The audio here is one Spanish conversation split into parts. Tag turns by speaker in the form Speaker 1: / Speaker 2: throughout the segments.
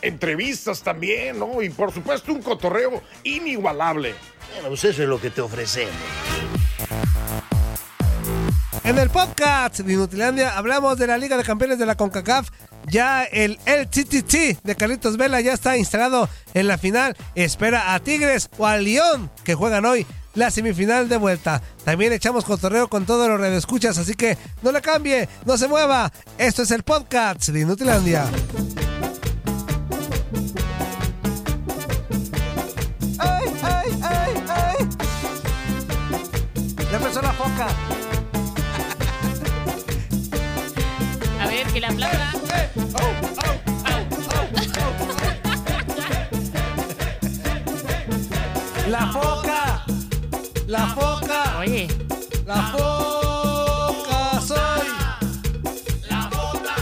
Speaker 1: Entrevistas también, ¿no? Y por supuesto un cotorreo inigualable.
Speaker 2: Bueno, pues eso es lo que te ofrecemos.
Speaker 3: En el podcast de Inutilandia hablamos de la Liga de Campeones de la CONCACAF. Ya el LTTT de Carlitos Vela ya está instalado en la final. Espera a Tigres o al León que juegan hoy la semifinal de vuelta. También echamos cotorreo con todos los redescuchas, así que no la cambie, no se mueva. Esto es el podcast de Inutilandia. ¡Ay, ay, ay, ay! Ya empezó la foca.
Speaker 4: A ver, que le aplauda.
Speaker 3: La foca. La foca.
Speaker 4: Oye,
Speaker 3: La foca soy. La bota.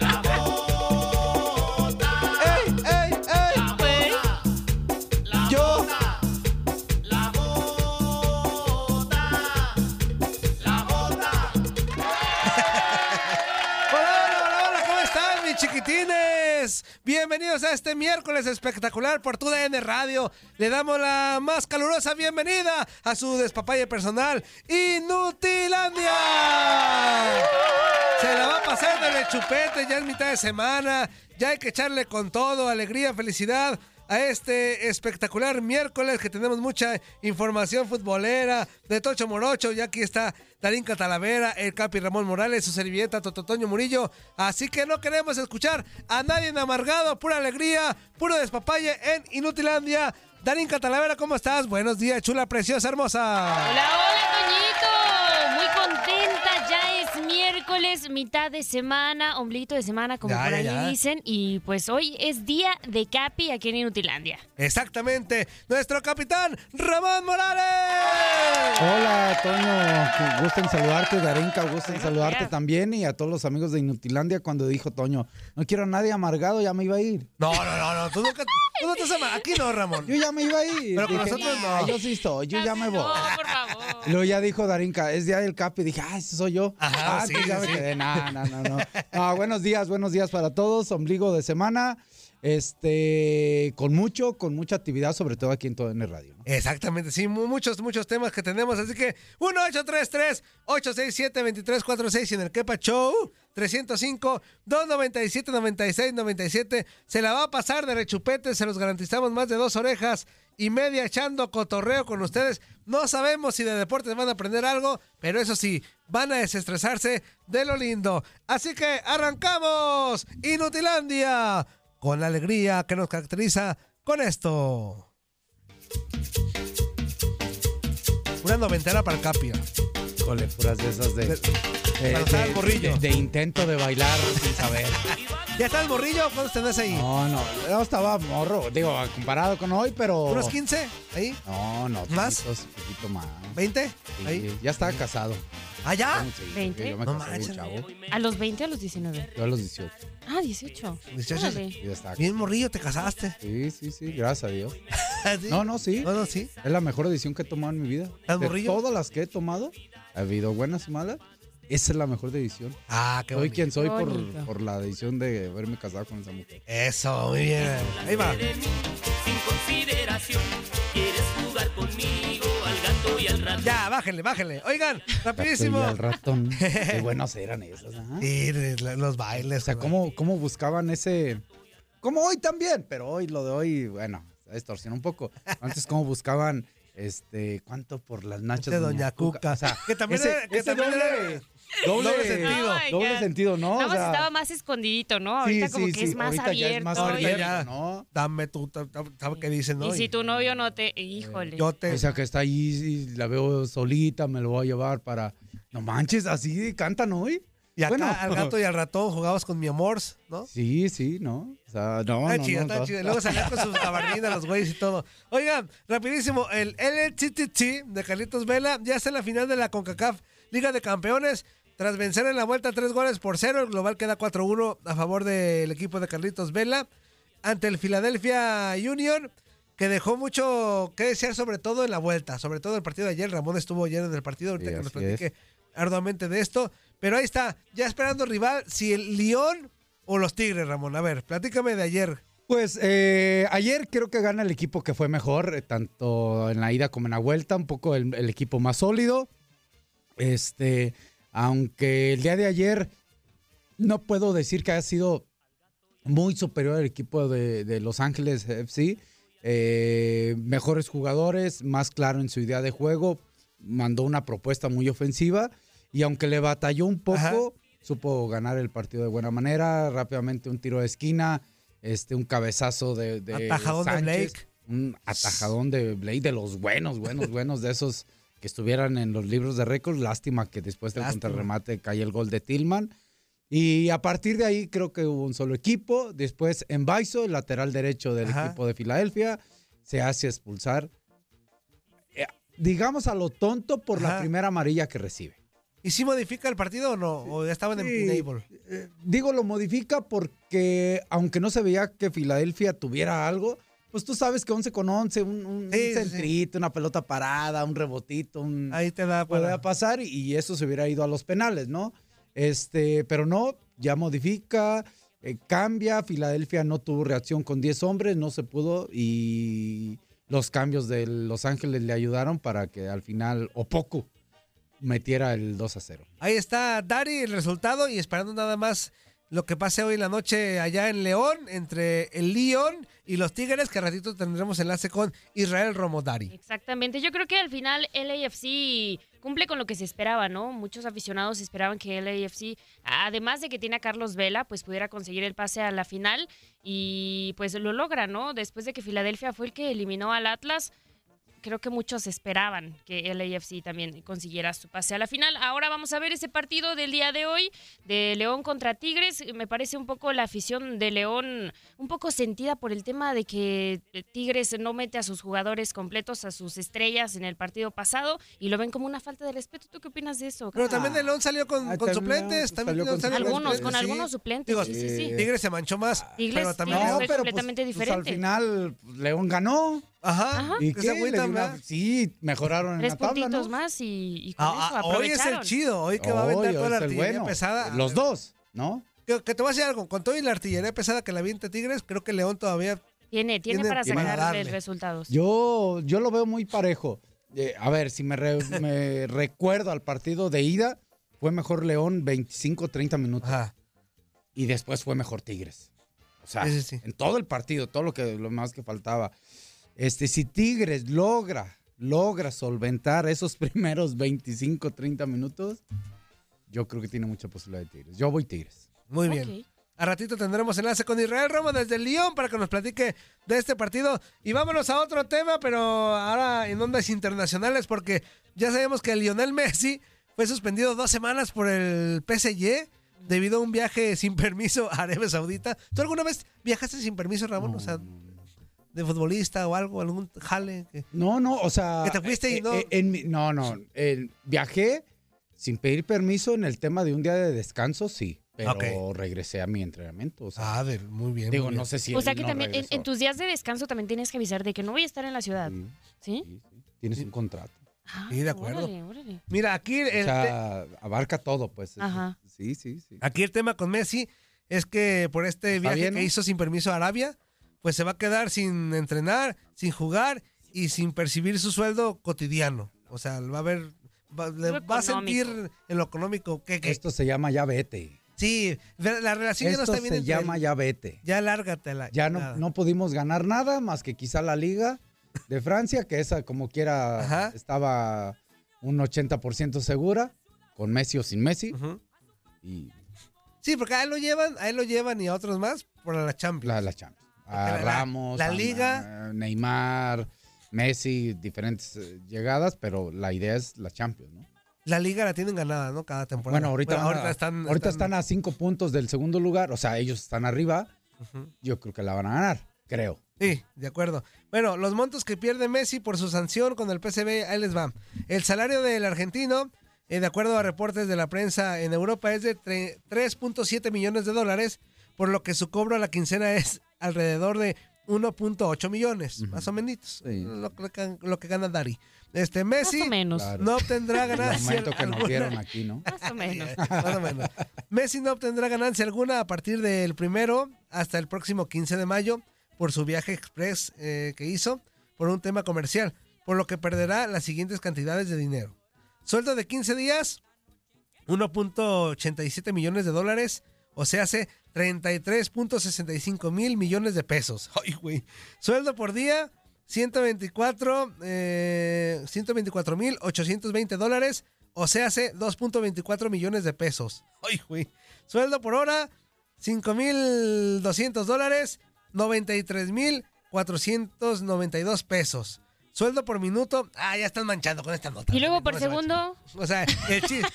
Speaker 3: La bota. ¡Ey, ey, ey!
Speaker 4: güey,
Speaker 3: Yo. Hola, hola, hola, hola, ¿cómo están mis chiquitines? Bienvenidos a este miércoles espectacular por TUDN Radio. Le damos la más calurosa bienvenida a su despapalle personal, Inutilandia. Se la va a pasar de chupete, ya es mitad de semana, ya hay que echarle con todo, alegría, felicidad. A este espectacular miércoles que tenemos mucha información futbolera de Tocho Morocho. Ya aquí está Darín Catalavera, el Capi Ramón Morales, su servilleta Tototoño Murillo. Así que no queremos escuchar a nadie en amargado, pura alegría, puro despapalle en Inutilandia. Darín Catalavera, ¿cómo estás? Buenos días, chula, preciosa, hermosa.
Speaker 4: Hola, hola, Toñito. Muy contenta. Ya es miércoles, mitad de semana, ombliguito de semana, como
Speaker 3: Ya,
Speaker 4: por
Speaker 3: ya,
Speaker 4: ahí
Speaker 3: ya.
Speaker 4: dicen. Y pues hoy es día de Capi aquí en Inutilandia.
Speaker 3: Exactamente, nuestro capitán Ramón Morales.
Speaker 5: Hola, Toño. que Gusto en saludarte, Darinka. Gusto en saludarte también. Y a todos los amigos de Inutilandia cuando dijo Toño, no quiero a nadie amargado, ya me iba a ir.
Speaker 3: No, no, no, Pues no, tú nunca, tú no te has ama- Aquí no, Ramón.
Speaker 5: Yo ya me iba a ir.
Speaker 3: Pero con
Speaker 5: Dije,
Speaker 3: nosotros
Speaker 5: "Ah,
Speaker 3: no".
Speaker 5: Yo sí estoy, yo ya me
Speaker 4: No,
Speaker 5: voy.
Speaker 4: por favor.
Speaker 5: Luego ya dijo Darinka, es día del Capi. Dije, ah, ese soy yo.
Speaker 3: Ajá,
Speaker 5: ah, entonces
Speaker 3: sí,
Speaker 5: ya
Speaker 3: sí.
Speaker 5: me quedé. No, no, no, no. Ah, buenos días, buenos días para todos. Ombligo de semana. Este, con mucho, con mucha actividad, sobre todo aquí en TN Radio. ¿no?
Speaker 3: Exactamente, sí, mu- muchos, muchos temas que tenemos. Así que 1-833-867-2346 y en el Kepa Show 305-297-9697. Se la va a pasar de rechupete, se los garantizamos más de dos orejas y media echando cotorreo con ustedes. No sabemos si de deportes van a aprender algo, pero eso sí, van a desestresarse de lo lindo. Así que arrancamos, Inutilandia, con la alegría que nos caracteriza con esto. Una noventera para el Capia.
Speaker 5: Híjole, puras de esas de.
Speaker 3: De-
Speaker 5: de-
Speaker 3: lanzar al borrillo.
Speaker 5: de- de intento de bailar sin saber.
Speaker 3: ¿Ya está el morrillo? ¿Cuántos tenés ahí?
Speaker 5: No, no, yo estaba morro, digo, comparado con hoy, pero.
Speaker 3: ¿Unos 15? ¿Ahí?
Speaker 5: No, no,
Speaker 3: ¿Más?
Speaker 5: poquitos, poquito más.
Speaker 3: ¿20?
Speaker 5: Sí,
Speaker 3: ¿Ahí?
Speaker 5: Ya estaba casado.
Speaker 3: ¿Allá?
Speaker 5: Sí, sí,
Speaker 4: ¿Veinte?
Speaker 5: Yo me
Speaker 3: No
Speaker 5: casé de
Speaker 3: manches.
Speaker 5: chavo.
Speaker 4: A los 20, a los 19.
Speaker 5: Yo a los 18.
Speaker 4: Ah, 18.
Speaker 3: 18.
Speaker 4: Órale.
Speaker 5: yo Ya estaba
Speaker 3: Bien morrillo, te casaste.
Speaker 5: Sí, sí, sí, gracias a Dios.
Speaker 3: ¿Sí?
Speaker 5: No, no, sí.
Speaker 3: No, no, sí.
Speaker 5: Es la mejor decisión que he tomado en mi vida.
Speaker 3: ¿Estás
Speaker 5: De
Speaker 3: morrillo?
Speaker 5: todas las que he tomado, ha habido buenas y malas. Esa es la mejor decisión.
Speaker 3: Ah, qué
Speaker 5: Soy
Speaker 3: bonito.
Speaker 5: quien soy por,
Speaker 4: Bonito.
Speaker 5: por la decisión de haberme casado con esa mujer.
Speaker 3: Eso, muy bien. Ahí va.
Speaker 6: de mí, sin consideración. Quieres jugar conmigo al gato y al ratón.
Speaker 3: Ya, bájenle, bájenle. Oigan,
Speaker 5: Y
Speaker 3: rapidísimo.
Speaker 5: al ratón. Qué buenos eran esos, ¿ah?
Speaker 3: Sí, la- los bailes.
Speaker 5: O sea,
Speaker 3: güey.
Speaker 5: ¿cómo, cómo buscaban ese. Como hoy también, pero hoy lo de hoy, bueno, extorsiona un poco. Antes, como buscaban, este, ¿cuánto por las nachas?
Speaker 3: De Este Doña Cuca.
Speaker 5: O sea,
Speaker 3: Que también
Speaker 5: ese-
Speaker 3: era- que
Speaker 5: ese
Speaker 3: también era-
Speaker 5: doble-
Speaker 3: doble
Speaker 5: doble
Speaker 3: sentido.
Speaker 4: Ay,
Speaker 5: Doble
Speaker 4: ya.
Speaker 5: sentido, ¿no?
Speaker 4: Nada
Speaker 5: O
Speaker 4: más
Speaker 5: sea,
Speaker 4: estaba más escondidito, ¿no? Ahorita como que es más
Speaker 5: ahorita ya
Speaker 4: abierto.
Speaker 5: es más
Speaker 3: Ahorita
Speaker 4: y-
Speaker 5: abierto,
Speaker 3: ya.
Speaker 5: ¿no?
Speaker 3: Dame tú, ¿sabes qué dicen?
Speaker 4: Y
Speaker 3: ¿no?
Speaker 4: si tu novio no te. Híjole.
Speaker 3: Yo te.
Speaker 5: O sea, que está ahí, y la veo solita, me lo voy a llevar para... No manches, así cantan hoy.
Speaker 3: Y acá
Speaker 5: Bueno.
Speaker 3: al gato y al ratón jugabas con mi amor, ¿no?
Speaker 5: Sí, sí, ¿no? O sea, no,
Speaker 3: Está
Speaker 5: no,
Speaker 3: chido,
Speaker 5: no,
Speaker 3: está
Speaker 5: no.
Speaker 3: chido. Y Luego salían con sus gabardinas, los güeyes y todo. Oigan, rapidísimo, el LTTT de Carlitos Vela ya está en la final de la CONCACAF Liga de Campeones. Tras vencer en la vuelta tres goles por cero, el global queda 4-1 a favor del equipo de Carlitos Vela ante el Philadelphia Union, que dejó mucho que desear, sobre todo en la vuelta, sobre todo el partido de ayer. Ramón estuvo ayer en el partido, ahorita que
Speaker 5: Sí,
Speaker 3: nos
Speaker 5: así es.
Speaker 3: platique arduamente de esto. Pero ahí está, ya esperando rival, si el León o los Tigres, Ramón. A ver, platícame de ayer.
Speaker 5: Pues eh, ayer creo que gana el equipo que fue mejor, eh, tanto en la ida como en la vuelta, un poco el, el equipo más sólido. Este, aunque el día de ayer no puedo decir que haya sido muy superior al equipo de, de Los Ángeles FC. Eh, mejores jugadores, más claro en su idea de juego, mandó una propuesta muy ofensiva y aunque le batalló un poco,
Speaker 3: Ajá.
Speaker 5: supo ganar el partido de buena manera, rápidamente un tiro de esquina, este, un cabezazo de, de
Speaker 3: Atajadón de
Speaker 5: Sánchez,
Speaker 3: Blake.
Speaker 5: un atajadón de Blake, de los buenos, buenos, buenos, de esos que estuvieran en los libros de récord. Lástima que después del
Speaker 3: Lástima.
Speaker 5: contrarremate cae el gol de Tillman. Y a partir de ahí creo que hubo un solo equipo. Después en Baiso, el lateral derecho del
Speaker 3: Ajá.
Speaker 5: equipo de Filadelfia, se hace expulsar. eh, Digamos a lo tonto por
Speaker 3: Ajá.
Speaker 5: la primera amarilla que recibe.
Speaker 3: ¿Y si modifica el partido o no? ¿O ya estaban en
Speaker 5: Sí.
Speaker 3: Pinable?
Speaker 5: Eh, digo, lo modifica porque aunque no se veía que Filadelfia tuviera algo, pues tú sabes que 11 con 11, un, un- un
Speaker 3: Sí, sí, sí.
Speaker 5: centrito, una pelota parada, un rebotito, un,
Speaker 3: Ahí te da para...
Speaker 5: podía pasar y- y eso se hubiera ido a los penales, ¿no? Este, pero no, ya modifica, eh, cambia, Filadelfia no tuvo reacción con 10 hombres, no se pudo y los cambios de Los Ángeles le ayudaron para que al final, o poco, metiera el 2 a 0.
Speaker 3: Ahí está Dari, el resultado, y esperando nada más lo que pase hoy en la noche allá en León, entre el León y los Tigres, que al ratito tendremos enlace con Israel Romo Dari.
Speaker 4: Exactamente. Yo creo que al final LAFC cumple con lo que se esperaba, ¿no? Muchos aficionados esperaban que LAFC, además de que tiene a Carlos Vela, pues pudiera conseguir el pase a la final y pues lo logra, ¿no? Después de que Filadelfia fue el que eliminó al Atlas. Creo que muchos esperaban que LAFC también consiguiera su pase a la final. Ahora vamos a ver ese partido del día de hoy de León contra Tigres. Me parece un poco la afición de León un poco sentida por el tema de que Tigres no mete a sus jugadores completos, a sus estrellas en el partido pasado y lo ven como una falta de respeto. ¿tú qué opinas de eso?
Speaker 3: Pero también el León salió con,
Speaker 5: Ah,
Speaker 3: con
Speaker 5: también
Speaker 3: suplentes.
Speaker 5: León
Speaker 3: También
Speaker 5: salió
Speaker 3: León
Speaker 5: con
Speaker 3: salió
Speaker 4: algunos, con
Speaker 3: sí.
Speaker 4: algunos suplentes.
Speaker 3: Digo,
Speaker 4: sí, sí, sí.
Speaker 3: Tigres se manchó más,
Speaker 4: Tigres-
Speaker 3: pero también
Speaker 4: Tigres
Speaker 3: León-
Speaker 4: fue completamente
Speaker 5: pues, al
Speaker 4: diferente.
Speaker 5: final León ganó.
Speaker 3: Ajá.
Speaker 5: ¿Y
Speaker 3: que
Speaker 5: qué?
Speaker 3: se
Speaker 5: Le dio
Speaker 3: agüitan,
Speaker 5: una-
Speaker 3: ¿verdad?
Speaker 5: sí, mejoraron en
Speaker 4: Tres
Speaker 5: la tabla,
Speaker 4: puntitos
Speaker 5: ¿no?
Speaker 4: más y, y con eso
Speaker 3: Ah, ah, hoy es
Speaker 4: aprovecharon.
Speaker 3: el chido, hoy que va a aventar
Speaker 5: Hoy
Speaker 3: toda la
Speaker 5: es el
Speaker 3: artillería
Speaker 5: bueno.
Speaker 3: pesada.
Speaker 5: Los dos, ¿no?
Speaker 3: Que, que te voy a decir algo, con toda la artillería pesada que la avienta Tigres, creo que León todavía
Speaker 4: Tiene, tiene,
Speaker 3: Tiene-
Speaker 4: para
Speaker 3: tiene para
Speaker 4: sacarle
Speaker 3: darle.
Speaker 4: resultados.
Speaker 5: Yo, yo lo veo muy parejo. Eh, a ver, si me, re- me recuerdo al partido de ida, fue mejor León 25, 30 minutos.
Speaker 3: Ajá.
Speaker 5: Y después fue mejor Tigres. O sea,
Speaker 3: Sí, sí, sí.
Speaker 5: en todo el partido, todo lo que lo más que faltaba. Este, si Tigres logra, logra solventar esos primeros 25, 30 minutos, yo creo que tiene mucha posibilidad de Tigres. Yo voy Tigres.
Speaker 3: Muy bien.
Speaker 4: Ok.
Speaker 3: A ratito tendremos enlace con Israel Romo desde el Lyon para que nos platique de este partido. Y vámonos a otro tema, pero ahora en ondas internacionales, porque ya sabemos que Lionel Messi fue suspendido dos semanas por el PSG debido a un viaje sin permiso a Arabia Saudita. ¿Tú alguna vez viajaste sin permiso, Ramón? o sea, de futbolista o algo, algún jale. que-
Speaker 5: No, no, o sea.
Speaker 3: Que te fuiste y
Speaker 5: eh,
Speaker 3: no-
Speaker 5: eh, en mi- no, no. el- viajé sin pedir permiso en el tema de un día de descanso, sí. Pero
Speaker 3: Ok.
Speaker 5: regresé a mi entrenamiento. O sea,
Speaker 3: Ah, de- muy bien.
Speaker 5: digo,
Speaker 3: muy bien.
Speaker 5: no sé si.
Speaker 4: O sea
Speaker 5: él
Speaker 4: que
Speaker 5: no
Speaker 4: también en,
Speaker 5: regresó.
Speaker 4: en tus días de descanso también tienes que avisar de que no voy a estar en la ciudad.
Speaker 5: Sí,
Speaker 4: ¿Sí?
Speaker 5: sí, sí. Tienes un contrato.
Speaker 4: Ah,
Speaker 3: Sí, de acuerdo.
Speaker 4: órale, órale.
Speaker 3: Mira, aquí el,
Speaker 5: O sea, abarca todo, pues.
Speaker 4: Ajá.
Speaker 5: Sí, sí, sí.
Speaker 3: Aquí el tema con Messi es que por este
Speaker 5: Está
Speaker 3: viaje
Speaker 5: bien,
Speaker 3: que
Speaker 5: ¿no?
Speaker 3: hizo sin permiso a Arabia, pues se va a quedar sin entrenar, sin jugar y sin percibir su sueldo cotidiano. O sea, va a ver, va, le
Speaker 4: Lo
Speaker 3: va a sentir
Speaker 4: económico.
Speaker 3: en lo económico que, que-
Speaker 5: Esto se llama ya vete.
Speaker 3: Sí, ver- la relación ya
Speaker 5: Esto
Speaker 3: no está bien.
Speaker 5: se
Speaker 3: entre-
Speaker 5: llama ya vete.
Speaker 3: Ya lárgatela.
Speaker 5: Ya no,
Speaker 3: nada.
Speaker 5: no pudimos ganar nada más que quizá la liga de Francia, que esa como quiera
Speaker 3: Ajá.
Speaker 5: estaba un 80% segura, con Messi o sin Messi.
Speaker 3: Ujú.
Speaker 5: Y
Speaker 3: Sí, porque a él lo llevan, a él lo llevan y a otros más por la Champions.
Speaker 5: la, la Champions. A
Speaker 3: la- la-
Speaker 5: Ramos,
Speaker 3: la
Speaker 5: a-
Speaker 3: liga.
Speaker 5: a Neymar, Messi, diferentes eh, llegadas, pero la idea es la Champions, ¿no?
Speaker 3: La liga la tienen ganada, ¿no? Cada temporada.
Speaker 5: Bueno, ahorita,
Speaker 3: Bueno,
Speaker 5: van a-
Speaker 3: están,
Speaker 5: ahorita están a cinco puntos del segundo lugar, o sea, ellos están arriba.
Speaker 3: Ujú.
Speaker 5: Yo creo que la van a ganar, creo.
Speaker 3: Sí, de acuerdo. Bueno, los montos que pierde Messi por su sanción con el PSV, ahí les va. El salario del argentino, eh, de acuerdo a reportes de la prensa en Europa, es de tre- 3.7 millones de dólares, por lo que su cobro a la quincena es alrededor de 1.8 millones, más o menos.
Speaker 5: Sí.
Speaker 3: Lo, que- lo que gana Dari. Este
Speaker 4: Más
Speaker 3: Messi
Speaker 4: o menos.
Speaker 5: Claro.
Speaker 3: no obtendrá
Speaker 5: El
Speaker 3: ganancia
Speaker 5: momento que nos
Speaker 3: alguna.
Speaker 5: dieron aquí, ¿no?
Speaker 4: Más o menos.
Speaker 3: Más o menos. Messi no obtendrá ganancia alguna a partir del primero hasta el próximo 15 de mayo por su viaje express eh, que hizo por un tema comercial, por lo que perderá las siguientes cantidades de dinero. Sueldo de 15 días, 1.87 millones de dólares, o sea, hace 33.65 mil millones de pesos. Ay, güey. Sueldo por día, 124 eh, 124 mil 820 dólares, o sea, hace 2.24 millones de pesos. Ay, güey. Sueldo por hora, 5.200 dólares, 93.492 pesos. Sueldo por minuto, ah, ya están manchando con esta nota.
Speaker 4: Y luego por
Speaker 3: No se manchen.
Speaker 4: segundo.
Speaker 3: O sea, el chiste.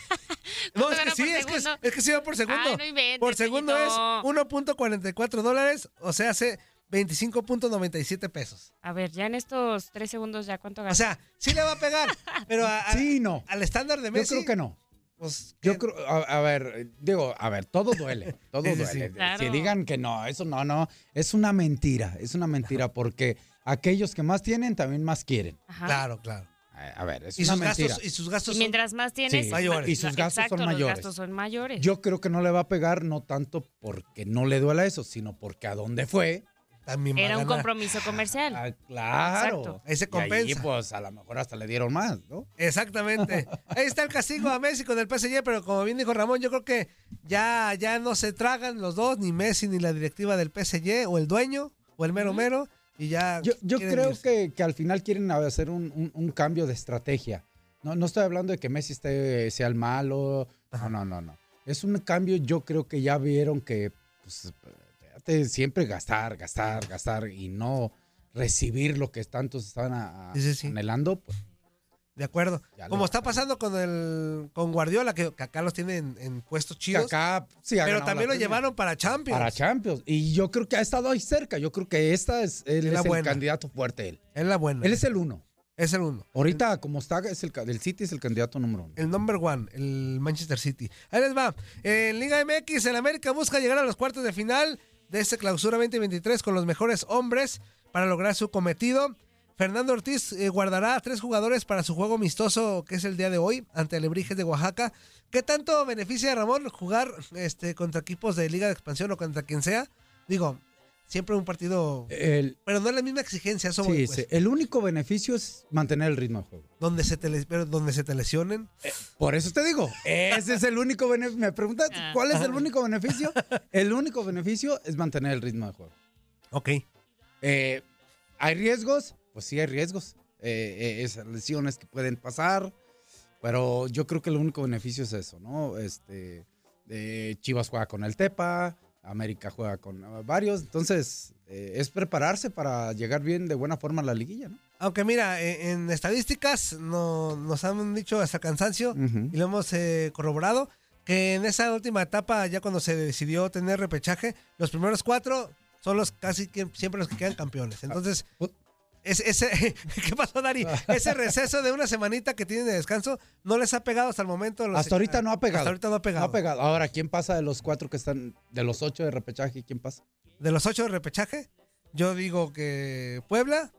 Speaker 3: No,
Speaker 4: ¿Cuánto
Speaker 3: es que
Speaker 4: gana
Speaker 3: sí,
Speaker 4: por
Speaker 3: es que, es,
Speaker 4: segundo?
Speaker 3: es que sí va por segundo.
Speaker 4: Ay, no inventes,
Speaker 3: por segundo es
Speaker 4: Toñito.
Speaker 3: 1.44 dólares, o sea, hace 25.97 pesos.
Speaker 4: A ver, ya en estos tres segundos ya cuánto
Speaker 3: O
Speaker 4: gana.
Speaker 3: sea, sí le va a pegar, pero a- a-
Speaker 5: Sí, no.
Speaker 3: al estándar de
Speaker 5: Yo
Speaker 3: Messi.
Speaker 5: creo que no.
Speaker 3: pues,
Speaker 5: Yo
Speaker 3: que-
Speaker 5: creo, a, a ver, eh, digo, a ver, todo duele, todo
Speaker 3: Sí, sí,
Speaker 5: duele.
Speaker 3: sí.
Speaker 4: Claro.
Speaker 5: Si digan que no, eso no, no, es una mentira, es una mentira porque aquellos que más tienen también más quieren.
Speaker 4: Ajá.
Speaker 3: Claro, claro.
Speaker 5: A a ver, es
Speaker 3: Y
Speaker 5: una
Speaker 3: sus,
Speaker 5: mentira.
Speaker 3: gastos, y sus gastos
Speaker 4: Y
Speaker 3: son-
Speaker 4: mientras más tienes,
Speaker 5: Sí,
Speaker 3: mayores.
Speaker 5: Y sus gastos
Speaker 4: Exacto,
Speaker 5: son mayores.
Speaker 4: Los gastos son mayores.
Speaker 5: Yo creo que no le va a pegar no tanto porque no le duela eso, sino porque a dónde fue.
Speaker 3: también va a
Speaker 4: Era un
Speaker 3: ganar.
Speaker 4: compromiso comercial.
Speaker 5: Ah, claro.
Speaker 4: Exacto.
Speaker 3: Ahí se
Speaker 5: Y ahí,
Speaker 3: compensa.
Speaker 5: pues a lo mejor hasta le dieron más, ¿no?
Speaker 3: Exactamente. Ahí está el castigo a Messi con el PSG, pero como bien dijo Ramón, yo creo que ya, ya no se tragan los dos, ni Messi ni la directiva del PSG, o el dueño, o el mero mero, y ya.
Speaker 5: Yo, yo
Speaker 3: quieren
Speaker 5: creo
Speaker 3: irse.
Speaker 5: que, que al final quieren hacer un, un- un cambio de estrategia. No, no estoy hablando de que Messi esté- sea el malo. No, no, no, no. Es un cambio, yo creo que ya vieron que pues, fíjate, siempre gastar, gastar, gastar y no recibir lo que tantos estaban a- a-
Speaker 3: Sí, sí, sí.
Speaker 5: anhelando. pues,
Speaker 3: De acuerdo.
Speaker 5: Ya lo
Speaker 3: Como está
Speaker 5: bajaron.
Speaker 3: pasando con el con Guardiola, que, que acá los tienen en puestos chidos.
Speaker 5: acá, sí, ha
Speaker 3: pero
Speaker 5: ganado
Speaker 3: también
Speaker 5: la
Speaker 3: lo
Speaker 5: Premier.
Speaker 3: llevaron para Champions.
Speaker 5: Para Champions. Y yo creo que ha estado ahí cerca. Yo creo que esta es, él
Speaker 3: Es
Speaker 5: es,
Speaker 3: la
Speaker 5: el
Speaker 3: buena.
Speaker 5: candidato fuerte. Él.
Speaker 3: es la buena.
Speaker 5: él es el uno.
Speaker 3: es el uno.
Speaker 5: Ahorita, como está, es el, ca- el City es el candidato número uno.
Speaker 3: El number one, el Manchester City. Ahí les va. En Liga MX, el América busca llegar a los cuartos de final de esta clausura 2023 con los mejores hombres para lograr su cometido. Fernando Ortiz eh, guardará a tres jugadores para su juego amistoso que es el día de hoy ante Alebrijes de Oaxaca. ¿Qué tanto beneficia a Ramón jugar este, contra equipos de Liga de Expansión o contra quien sea? Digo, siempre un partido...
Speaker 5: El,
Speaker 3: Pero no es la misma exigencia, eso voy,
Speaker 5: sí,
Speaker 3: pues.
Speaker 5: sí. el único beneficio es mantener el ritmo de juego.
Speaker 3: Donde se te, les- pero donde se te lesionen.
Speaker 5: Por eso te digo, ese es el único beneficio. Me preguntas,
Speaker 4: Ah.
Speaker 5: ¿cuál es el único beneficio? El único beneficio es mantener el ritmo de juego.
Speaker 3: Ok.
Speaker 5: Eh, ¿Hay riesgos? Pues sí, hay riesgos. Eh, eh, esas lesiones que pueden pasar. Pero yo creo que el único beneficio es eso, ¿no? Este, eh, Chivas juega con el Tepa, América juega con eh, varios. Entonces, eh, es prepararse para llegar bien de buena forma a la liguilla, ¿no?
Speaker 3: Aunque mira, e- en estadísticas no, nos han dicho hasta cansancio y lo hemos eh, corroborado que en esa última etapa, ya cuando se decidió tener repechaje, los primeros cuatro son los casi que- siempre los que quedan campeones. Entonces,
Speaker 5: Ah,
Speaker 3: es- ese, ¿qué pasó, Dari? Ese receso de una semanita que tienen de descanso no les ha pegado hasta el momento. a los-
Speaker 5: Hasta ahorita no ha pegado.
Speaker 3: Hasta ahorita no ha
Speaker 5: No
Speaker 3: pegado.
Speaker 5: ha pegado. Ahora, ¿quién pasa de los cuatro que están, de los ocho de repechaje, quién pasa?
Speaker 3: De los ocho de repechaje, yo digo que Puebla.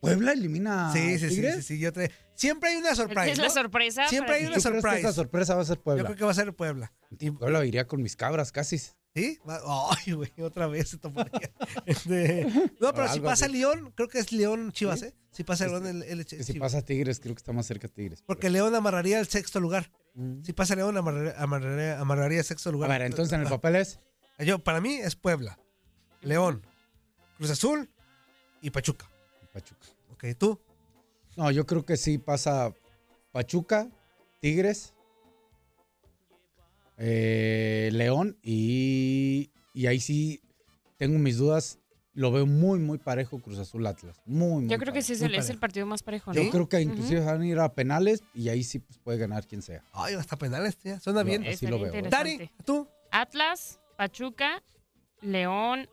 Speaker 5: ¿Puebla elimina a
Speaker 3: sí, sí, sí,
Speaker 5: Tigres?
Speaker 3: sí, sí, yo te- Siempre hay una
Speaker 4: Esa
Speaker 3: sorpresa.
Speaker 4: es la
Speaker 3: ¿no?
Speaker 4: sorpresa.
Speaker 3: Siempre
Speaker 4: para
Speaker 3: hay
Speaker 4: ti.
Speaker 3: una
Speaker 5: ¿Tú crees que
Speaker 3: surprise.
Speaker 5: esa sorpresa va a ser
Speaker 3: Yo
Speaker 5: Puebla?
Speaker 3: creo que va a ser Puebla.
Speaker 5: Puebla iría con mis cabras casi.
Speaker 3: ¿Sí? Va- Ay, güey, otra vez se tomó la- Este, No, pero si
Speaker 5: algo
Speaker 3: pasa
Speaker 5: así. Este,
Speaker 3: León, creo que es León Chivas, ¿eh? Si pasa León, el, el
Speaker 5: Que si
Speaker 3: Chivas.
Speaker 5: pasa Tigres, creo que está más cerca Tigres.
Speaker 3: Porque León amarraría el sexto lugar.
Speaker 5: Mm.
Speaker 3: Si pasa León, amarraría, amarraría, amarraría el sexto
Speaker 5: A
Speaker 3: lugar.
Speaker 5: ver, entonces en el papel es.
Speaker 3: Yo, para mí es Puebla, León, Cruz Azul y Pachuca.
Speaker 5: Pachuca.
Speaker 3: Ok, tú.
Speaker 5: No, yo creo que sí pasa Pachuca, Tigres, eh, León y, y ahí sí tengo mis dudas. Lo veo muy, muy parejo Cruz Azul Atlas. Muy, muy
Speaker 4: Yo creo que
Speaker 5: parejo.
Speaker 4: ese es
Speaker 3: muy
Speaker 4: el, es el
Speaker 3: parejo.
Speaker 4: partido más parejo, ¿no?
Speaker 5: Yo creo que inclusive van a ir a penales y ahí sí pues, puede ganar quien sea.
Speaker 3: Ay, hasta penales, tía. Suena bien.
Speaker 5: así lo
Speaker 4: Estaría
Speaker 5: veo, ¿eh?
Speaker 3: Dari,
Speaker 4: interesante.
Speaker 3: tú.
Speaker 4: Atlas, Pachuca, León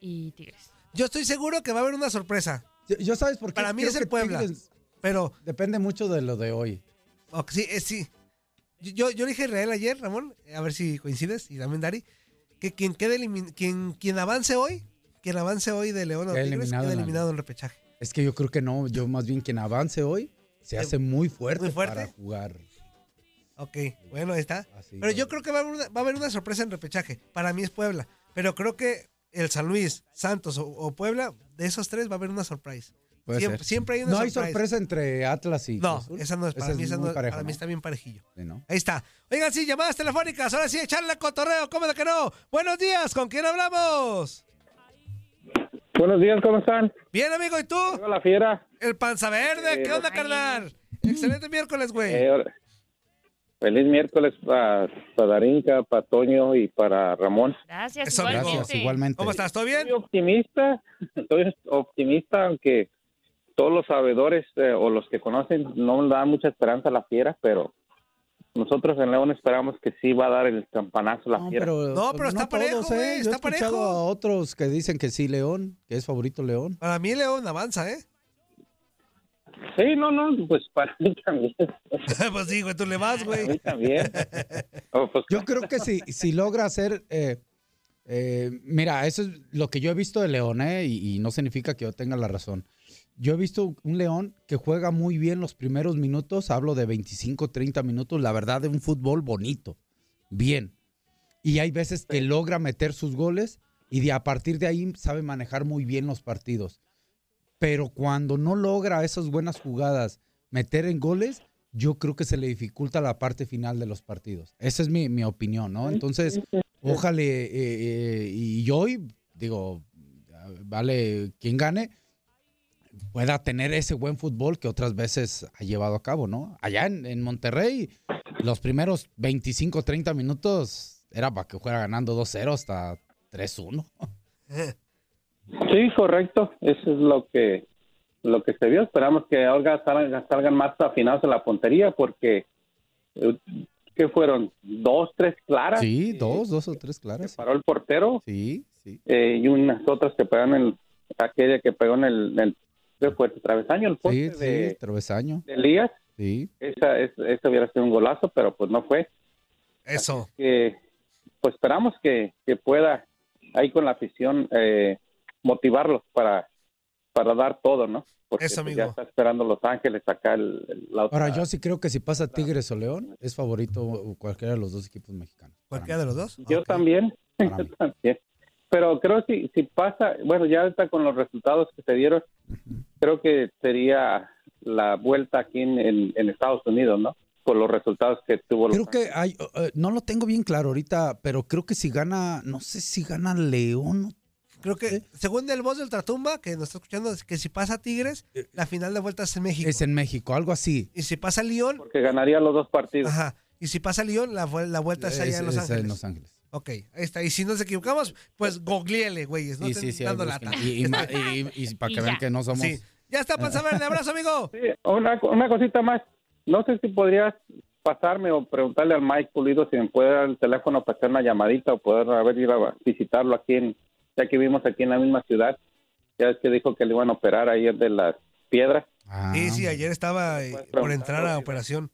Speaker 4: y Tigres.
Speaker 3: Yo estoy seguro que va a haber una sorpresa.
Speaker 5: Yo, yo, sabes por qué.
Speaker 3: Para mí
Speaker 5: Creo
Speaker 3: es el
Speaker 5: que
Speaker 3: Puebla.
Speaker 5: Tigres
Speaker 3: Pero,
Speaker 5: depende mucho de lo de hoy.
Speaker 3: ok, sí, eh, sí. Yo, yo dije a Israel ayer, Ramón, a ver si coincides, y también Dari, que quien quede elimin- quien, quien avance hoy, quien avance hoy de León o
Speaker 5: Queda
Speaker 3: Tigres,
Speaker 5: eliminado
Speaker 3: queda
Speaker 5: en la
Speaker 3: eliminado en repechaje.
Speaker 5: Es que yo creo que no. Yo más bien quien avance hoy se hace muy fuerte,
Speaker 3: muy fuerte.
Speaker 5: para jugar.
Speaker 3: Ok, bueno, ahí está.
Speaker 5: Así
Speaker 3: Pero
Speaker 5: lo
Speaker 3: yo
Speaker 5: veo.
Speaker 3: creo que va a, haber una, va a haber una sorpresa en repechaje. Para mí es Puebla. Pero creo que el San Luis, Santos o, o Puebla, de esos tres va a haber una sorpresa.
Speaker 5: Puede
Speaker 3: Siempre,
Speaker 5: ser.
Speaker 3: siempre hay una
Speaker 5: No hay
Speaker 3: sorpresa.
Speaker 5: sorpresa entre Atlas y
Speaker 3: No,
Speaker 5: Cruz Azul.
Speaker 3: esa no es para mí, esa
Speaker 5: muy
Speaker 3: no,
Speaker 5: parejo,
Speaker 3: para mí
Speaker 5: ¿no?
Speaker 3: está bien parejillo.
Speaker 5: Sí, ¿no?
Speaker 3: Ahí está. Oigan, sí, llamadas telefónicas. Ahora sí, echarle a cotorreo. ¿Cómo de que no? Buenos días, ¿con quién hablamos?
Speaker 7: Buenos días, ¿cómo están?
Speaker 3: Bien, amigo, ¿y tú?
Speaker 7: Soy la fiera.
Speaker 3: El panza verde. ¿Qué onda,
Speaker 4: Ay.
Speaker 3: carnal? Excelente miércoles, güey.
Speaker 7: Eh, ahora- feliz miércoles para Darinka, para Toño y para Ramón.
Speaker 4: Gracias,
Speaker 3: Eso,
Speaker 4: igualmente.
Speaker 5: Gracias, igualmente.
Speaker 3: ¿Cómo estás? ¿Todo bien?
Speaker 7: Soy optimista, soy optimista, aunque todos los sabedores eh, o los que conocen no le dan mucha esperanza a la fiera, pero nosotros en León esperamos que sí va a dar el campanazo la fiera.
Speaker 3: No, pero está parejo,
Speaker 5: ¿eh?
Speaker 3: güey, está
Speaker 5: Yo he escuchado
Speaker 3: parejo.
Speaker 5: a otros que dicen que sí, León, que es favorito León.
Speaker 3: Para mí, León avanza, ¿eh?
Speaker 7: Sí, no, no, pues para mí también.
Speaker 3: pues sí, güey, tú le vas,
Speaker 7: Para
Speaker 3: güey.
Speaker 7: mí también. Oh, pues,
Speaker 5: Yo creo que si, si logra hacer... eh, eh, mira, eso es lo que yo he visto de León, ¿eh? Y, y no significa que yo tenga la razón. Yo he visto un León que juega muy bien los primeros minutos, hablo de 25, 30 minutos, la verdad, de un fútbol bonito, bien. Y hay veces que logra meter sus goles y de, a partir de ahí sabe manejar muy bien los partidos. Pero cuando no logra esas buenas jugadas meter en goles, yo creo que se le dificulta la parte final de los partidos. Esa es mi, mi opinión, ¿no? Entonces, ojalá, eh, eh, y hoy, digo, vale quien gane, pueda tener ese buen fútbol que otras veces ha llevado a cabo, ¿no? Allá en, en Monterrey, los primeros 25, 30 minutos era para que fuera ganando 2-0 hasta 3-1.
Speaker 7: Sí, correcto. Eso es lo que lo que se vio. Esperamos que ahora salgan, salgan más afinados en la puntería porque eh, ¿qué fueron? Dos, tres claras.
Speaker 5: Sí,
Speaker 7: Eh,
Speaker 5: dos, dos o tres
Speaker 7: que
Speaker 5: claras.
Speaker 7: paró el portero
Speaker 5: Sí, sí.
Speaker 7: eh, y unas otras que pegaron en aquella que pegó en el, en el ¿qué fue? travesaño, el
Speaker 5: Sí,
Speaker 7: poste de,
Speaker 5: sí, travesaño.
Speaker 7: de Elías.
Speaker 5: Sí.
Speaker 7: Esa, es- esa hubiera sido un golazo, pero pues no fue.
Speaker 3: Eso.
Speaker 7: que pues esperamos que, que pueda ahí con la afición eh, motivarlos para para dar todo, ¿no? Porque
Speaker 3: Eso,
Speaker 7: pues,
Speaker 3: amigo.
Speaker 7: ya está esperando Los Ángeles acá el, el- la otra-
Speaker 5: Ahora, yo sí creo que si pasa Tigres o León, es favorito cualquiera de los dos equipos mexicanos. para
Speaker 3: ¿Cualquiera de los dos?
Speaker 7: Yo
Speaker 3: Ok.
Speaker 7: también,
Speaker 5: mí, para mí.
Speaker 7: también. Pero creo que si pasa, bueno, ya ahorita con los resultados que se dieron, creo que sería la vuelta aquí en, en- en Estados Unidos, ¿no? Con los resultados que tuvo Los
Speaker 5: Creo que hay, eh, no lo tengo bien claro ahorita, pero creo que si gana, no sé si gana León.
Speaker 3: Creo que, según el voz de Ultratumba, que nos está escuchando, es que si pasa Tigres, la final de vuelta es en México.
Speaker 5: Eh, Es en México, algo así.
Speaker 3: Y si pasa León,
Speaker 7: porque ganaría los dos partidos.
Speaker 3: ajá. Y si pasa León, la, vuel- la vuelta es allá en Los
Speaker 5: Es- es
Speaker 3: Ángeles.
Speaker 5: Los Ángeles.
Speaker 3: Ok, ahí está. Y si nos equivocamos, pues googleele, güeyes. No
Speaker 5: Y
Speaker 3: estén
Speaker 5: sí, sí, ahí
Speaker 3: dando
Speaker 5: busquen.
Speaker 3: lata.
Speaker 5: Y, y ma- y- y para
Speaker 4: Y
Speaker 5: que vean
Speaker 4: ya.
Speaker 5: que no somos...
Speaker 3: Sí. Ya está, panza verde. Abrazo, amigo.
Speaker 7: Sí, una, una cosita más. No sé si podrías pasarme o preguntarle al Mike Pulido si me puede dar el teléfono para hacer una llamadita o poder a ver, ir a visitarlo aquí, en, ya que vivimos aquí en la misma ciudad. Ya es que dijo que le iban a operar ayer de las piedras.
Speaker 5: Ah,
Speaker 3: Sí, sí, ayer estaba eh,
Speaker 7: Puedes
Speaker 3: por entrar a
Speaker 7: preguntar,
Speaker 3: operación.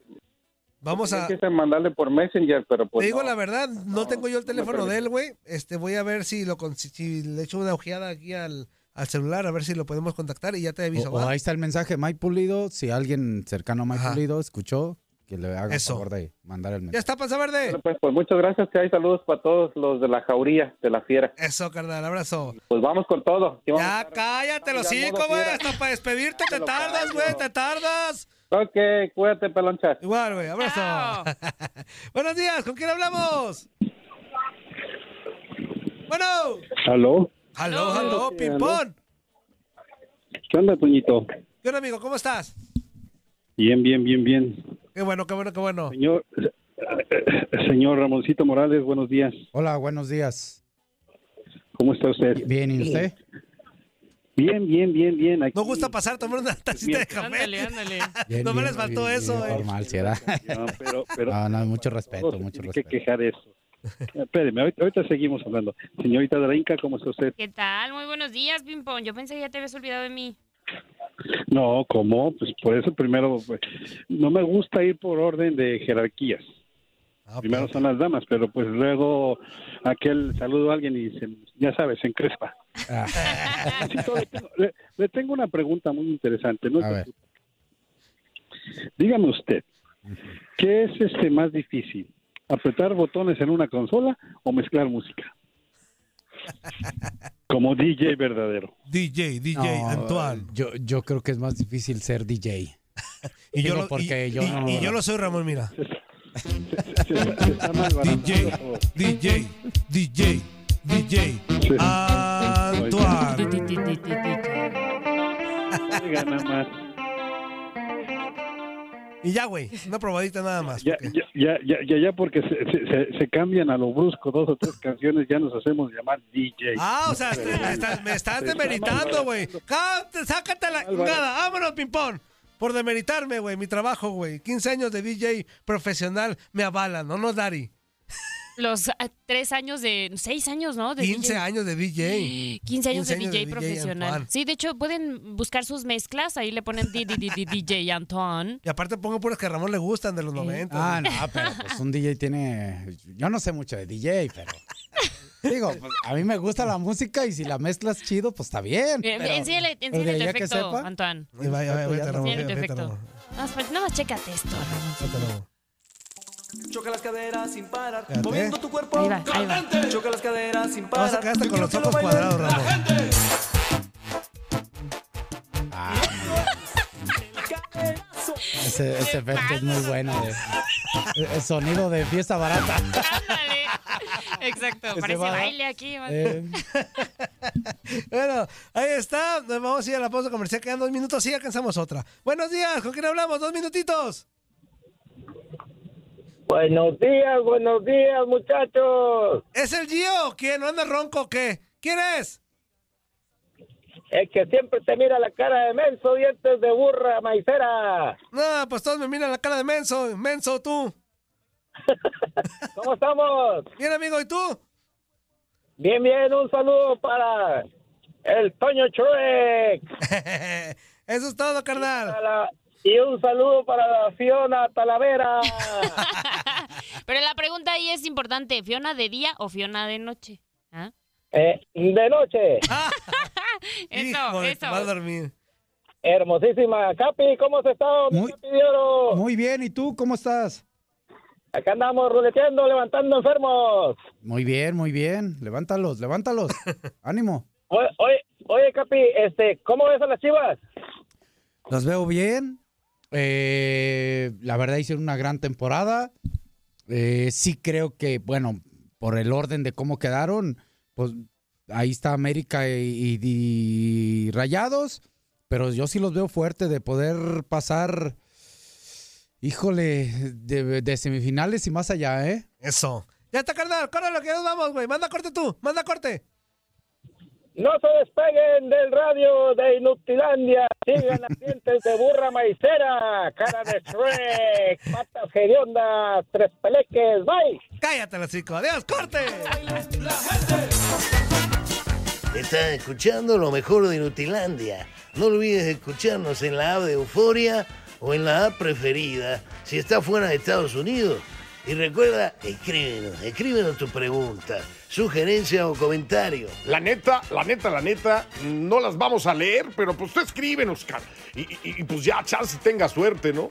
Speaker 3: Vamos a.
Speaker 7: Quise mandarle por Messenger, pero pues
Speaker 3: Te digo
Speaker 7: no.
Speaker 3: la verdad, no
Speaker 7: no,
Speaker 3: tengo yo el
Speaker 7: no
Speaker 3: teléfono
Speaker 7: permite.
Speaker 3: de él, güey. Este, voy a ver si lo con- si- si le echo una ojeada aquí al, al celular, a ver si lo podemos contactar y ya te
Speaker 5: o-
Speaker 3: aviso.
Speaker 5: o
Speaker 3: ¿va?
Speaker 5: ahí está el mensaje, Mike Pulido, si alguien cercano a Mike
Speaker 3: Ajá.
Speaker 5: Pulido escuchó, que le haga
Speaker 3: Eso.
Speaker 5: favor de mandar el
Speaker 3: Ya
Speaker 5: mensaje.
Speaker 3: está, panza verde.
Speaker 8: Bueno, pues, pues muchas gracias, que hay saludos para todos los de la jauría, de la fiera.
Speaker 3: Eso, carnal, abrazo.
Speaker 8: Pues vamos con todo. Aquí vamos a
Speaker 3: Ya
Speaker 8: estar.
Speaker 3: cállate los
Speaker 8: Ya, modo
Speaker 3: cinco, güey.
Speaker 8: fiera.
Speaker 3: Hasta para despedirte te
Speaker 8: lo
Speaker 3: tardas,
Speaker 8: callo.
Speaker 3: güey. Te tardas.
Speaker 8: Ok, cuídate, pelonchas.
Speaker 3: Igual, güey. Abrazo. Buenos días. ¿Con quién hablamos? Bueno.
Speaker 8: ¿Aló?
Speaker 3: Aló, aló, ping-pong.
Speaker 8: ¿Qué onda, Toñito?
Speaker 3: ¿Qué onda, amigo? ¿Cómo estás?
Speaker 8: Bien, bien, bien, bien.
Speaker 3: Qué bueno, qué bueno, qué bueno.
Speaker 8: Señor, eh, señor Ramoncito Morales, buenos días.
Speaker 5: Hola, buenos días.
Speaker 8: ¿Cómo está usted?
Speaker 5: Bien, ¿y usted?
Speaker 8: Bien, bien, bien, bien. Aquí.
Speaker 3: Nos gusta pasar, tomar una tacita de
Speaker 4: Ándale,
Speaker 3: café.
Speaker 4: ándale.
Speaker 5: Bien,
Speaker 3: No me
Speaker 5: bien,
Speaker 3: les faltó
Speaker 5: bien,
Speaker 3: eso,
Speaker 5: bien,
Speaker 3: eh.
Speaker 5: Normal, sí, ¿verdad?
Speaker 8: No, pero, pero
Speaker 5: No, no, mucho respeto,
Speaker 8: todo se
Speaker 5: mucho
Speaker 8: tiene que
Speaker 5: respeto.
Speaker 8: quejar de eso. Espéreme, ahorita, ahorita seguimos hablando. Señorita Darinka, ¿cómo está usted?
Speaker 4: ¿Qué tal? Muy buenos días, Pimpón. Yo pensé que ya te habías olvidado de mí.
Speaker 8: No, ¿cómo? Pues por eso primero, pues, no me gusta ir por orden de jerarquías.
Speaker 3: Ah,
Speaker 8: Primero
Speaker 3: pues,
Speaker 8: son las damas, pero pues luego aquel saludo a alguien y se- ya sabes, se encrespa.
Speaker 5: Ah.
Speaker 8: Ramoncito, le, tengo, le- le tengo una pregunta muy interesante. ¿no?
Speaker 5: A ver.
Speaker 8: Dígame usted, ¿qué es este más difícil? ¿Apretar botones en una consola o mezclar música? Como DJ verdadero.
Speaker 3: DJ, DJ,
Speaker 5: No,
Speaker 3: Antoine.
Speaker 5: Yo, yo creo que es más difícil ser DJ.
Speaker 3: Y yo,
Speaker 5: Digo,
Speaker 3: lo, y-
Speaker 5: porque yo
Speaker 3: y-
Speaker 5: no-
Speaker 3: y yo lo soy, Ramón, mira.
Speaker 8: Se está- se está malbaratando
Speaker 3: DJ,
Speaker 8: todo.
Speaker 3: DJ, DJ, DJ.
Speaker 8: Sí.
Speaker 3: Antoine.
Speaker 8: Oiga, nada más.
Speaker 3: Y ya, güey. Una probadita nada más.
Speaker 8: Ya,
Speaker 3: porque-
Speaker 8: ya, ya, ya, ya, ya, porque se, se- se- se cambian a lo brusco dos o tres canciones, ya nos hacemos llamar DJ.
Speaker 3: Ah, o sea, este- me estás, me estás
Speaker 8: Se está
Speaker 3: demeritando, güey. Cállate, Sácate la chingada. Vámonos, ping-pong. Por demeritarme, güey. Mi trabajo, güey. 15 años de DJ profesional me avalan, ¿no? No, Dari.
Speaker 4: Los ah, tres años de. Seis años, ¿no? De
Speaker 3: 15
Speaker 4: DJ.
Speaker 3: años de DJ.
Speaker 4: 15 años
Speaker 3: 15
Speaker 4: de DJ profesional.
Speaker 3: Antoine.
Speaker 4: Sí, de hecho, pueden buscar sus mezclas. Ahí le ponen di- di- di- di- DJ Antoine.
Speaker 3: Y aparte pongo puras que a Ramón le gustan de los 90.
Speaker 5: Ah, no, pero pues un DJ tiene. Yo no sé mucho de DJ, pero. Digo, pues, a mí me gusta la música y si la mezclas chido, pues está bien.
Speaker 4: Eh,
Speaker 5: pero-
Speaker 4: Enséñale,
Speaker 5: pero
Speaker 4: enséñale
Speaker 5: de
Speaker 4: el
Speaker 5: ahí a que
Speaker 4: efecto,
Speaker 5: sepa, pues,
Speaker 4: Antoine.
Speaker 3: Y vaya, vaya, vete, Ramón.
Speaker 4: Enséñale tu
Speaker 3: Vete, vete,
Speaker 4: efecto.
Speaker 3: Ramón.
Speaker 4: Nada más, nada más chécate esto, Ramón.
Speaker 3: Vete, Ramón.
Speaker 9: Choca las caderas sin parar,
Speaker 3: Fíjate.
Speaker 9: moviendo tu cuerpo.
Speaker 4: Ahí va, ahí va.
Speaker 9: Choca las caderas sin
Speaker 3: Te vas a
Speaker 9: parar.
Speaker 3: quedar hasta
Speaker 9: Yo
Speaker 3: con
Speaker 9: quiero
Speaker 3: los
Speaker 9: que lo
Speaker 3: ojos
Speaker 9: bailen.
Speaker 3: cuadrados, Ramón.
Speaker 5: Ah, ese, ese efecto es muy bueno. de- el sonido de fiesta barata.
Speaker 4: Ándale. Exacto,
Speaker 5: Ese
Speaker 4: parece
Speaker 5: va-
Speaker 4: baile aquí. man.
Speaker 5: Eh,
Speaker 3: Bueno, ahí está. Nos vamos a ir a la pausa comercial. Quedan dos minutos y alcanzamos otra. Buenos días. ¿Con quién hablamos? Dos minutitos.
Speaker 10: Buenos días, buenos días, muchachos.
Speaker 3: ¿Es el Gio o quién? ¿No anda ronco o qué? ¿Quién es?
Speaker 10: El que siempre te mira la cara de menso, dientes de burra, maicera.
Speaker 3: No, pues todos me miran la cara de menso. Menso, tú.
Speaker 10: ¿Cómo estamos?
Speaker 3: Bien, amigo, ¿y tú?
Speaker 10: Bien, bien, un saludo para el Toño Shrek.
Speaker 3: Eso es todo, carnal.
Speaker 10: para- y un saludo para la Fiona Talavera.
Speaker 4: Pero la pregunta ahí es importante: ¿Fiona de día o Fiona de noche? ¿Ah?
Speaker 10: Eh, de noche,
Speaker 4: Eso,
Speaker 3: Hijo de tu- Va a
Speaker 4: eso.
Speaker 3: dormir.
Speaker 10: hermosísima. Capi, ¿cómo has estado? mi
Speaker 5: Muy-
Speaker 10: Capi de oro?
Speaker 5: muy bien, ¿y tú cómo estás?
Speaker 10: Acá andamos ruleteando, levantando enfermos.
Speaker 5: Muy bien, muy bien. Levántalos, levántalos. Ánimo.
Speaker 10: Oye, oye, oye, Capi, este, ¿cómo ves a las chivas?
Speaker 5: Los veo bien. Eh, la verdad hicieron una gran temporada. Eh, sí creo que, bueno, por el orden de cómo quedaron, pues ahí está América y, y- y Rayados, pero yo sí los veo fuerte de poder pasar, híjole, de, de semifinales y más allá, ¿eh?
Speaker 3: Eso. Ya está, carnal. Córrelo, que ya nos vamos, güey. Manda corte tú. Manda corte.
Speaker 10: No se despeguen del radio de Inutilandia. Sigan las dientes de burra maicera, cara de Shrek, patas hediondas, tres peleques. Bye.
Speaker 3: Cállate, los chicos. Adiós, corte.
Speaker 2: Estás escuchando lo mejor de Nutilandia. No olvides escucharnos en la app de Euforia o en la app preferida si estás fuera de Estados Unidos. Y recuerda, escríbenos, escríbenos tu pregunta, sugerencia o comentario.
Speaker 11: La neta, la neta, la neta, no las vamos a leer, pero pues tú escríbenos, Oscar. Y, y- y, pues ya, chance tenga suerte, ¿no?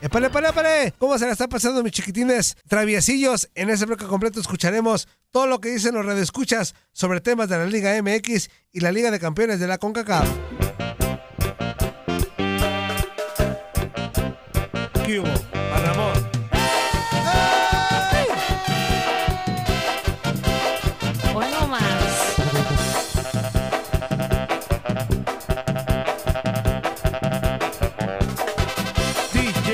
Speaker 3: ¡Epale, epale, epale! ¿Cómo se la está pasando, mis chiquitines traviesillos? En ese bloque completo escucharemos todo lo que dicen los radioescuchas sobre temas de la Liga MX y la Liga de Campeones de la CONCACAF. ¿Qué hubo? A Ramón.
Speaker 4: Hoy no más.
Speaker 3: DJ.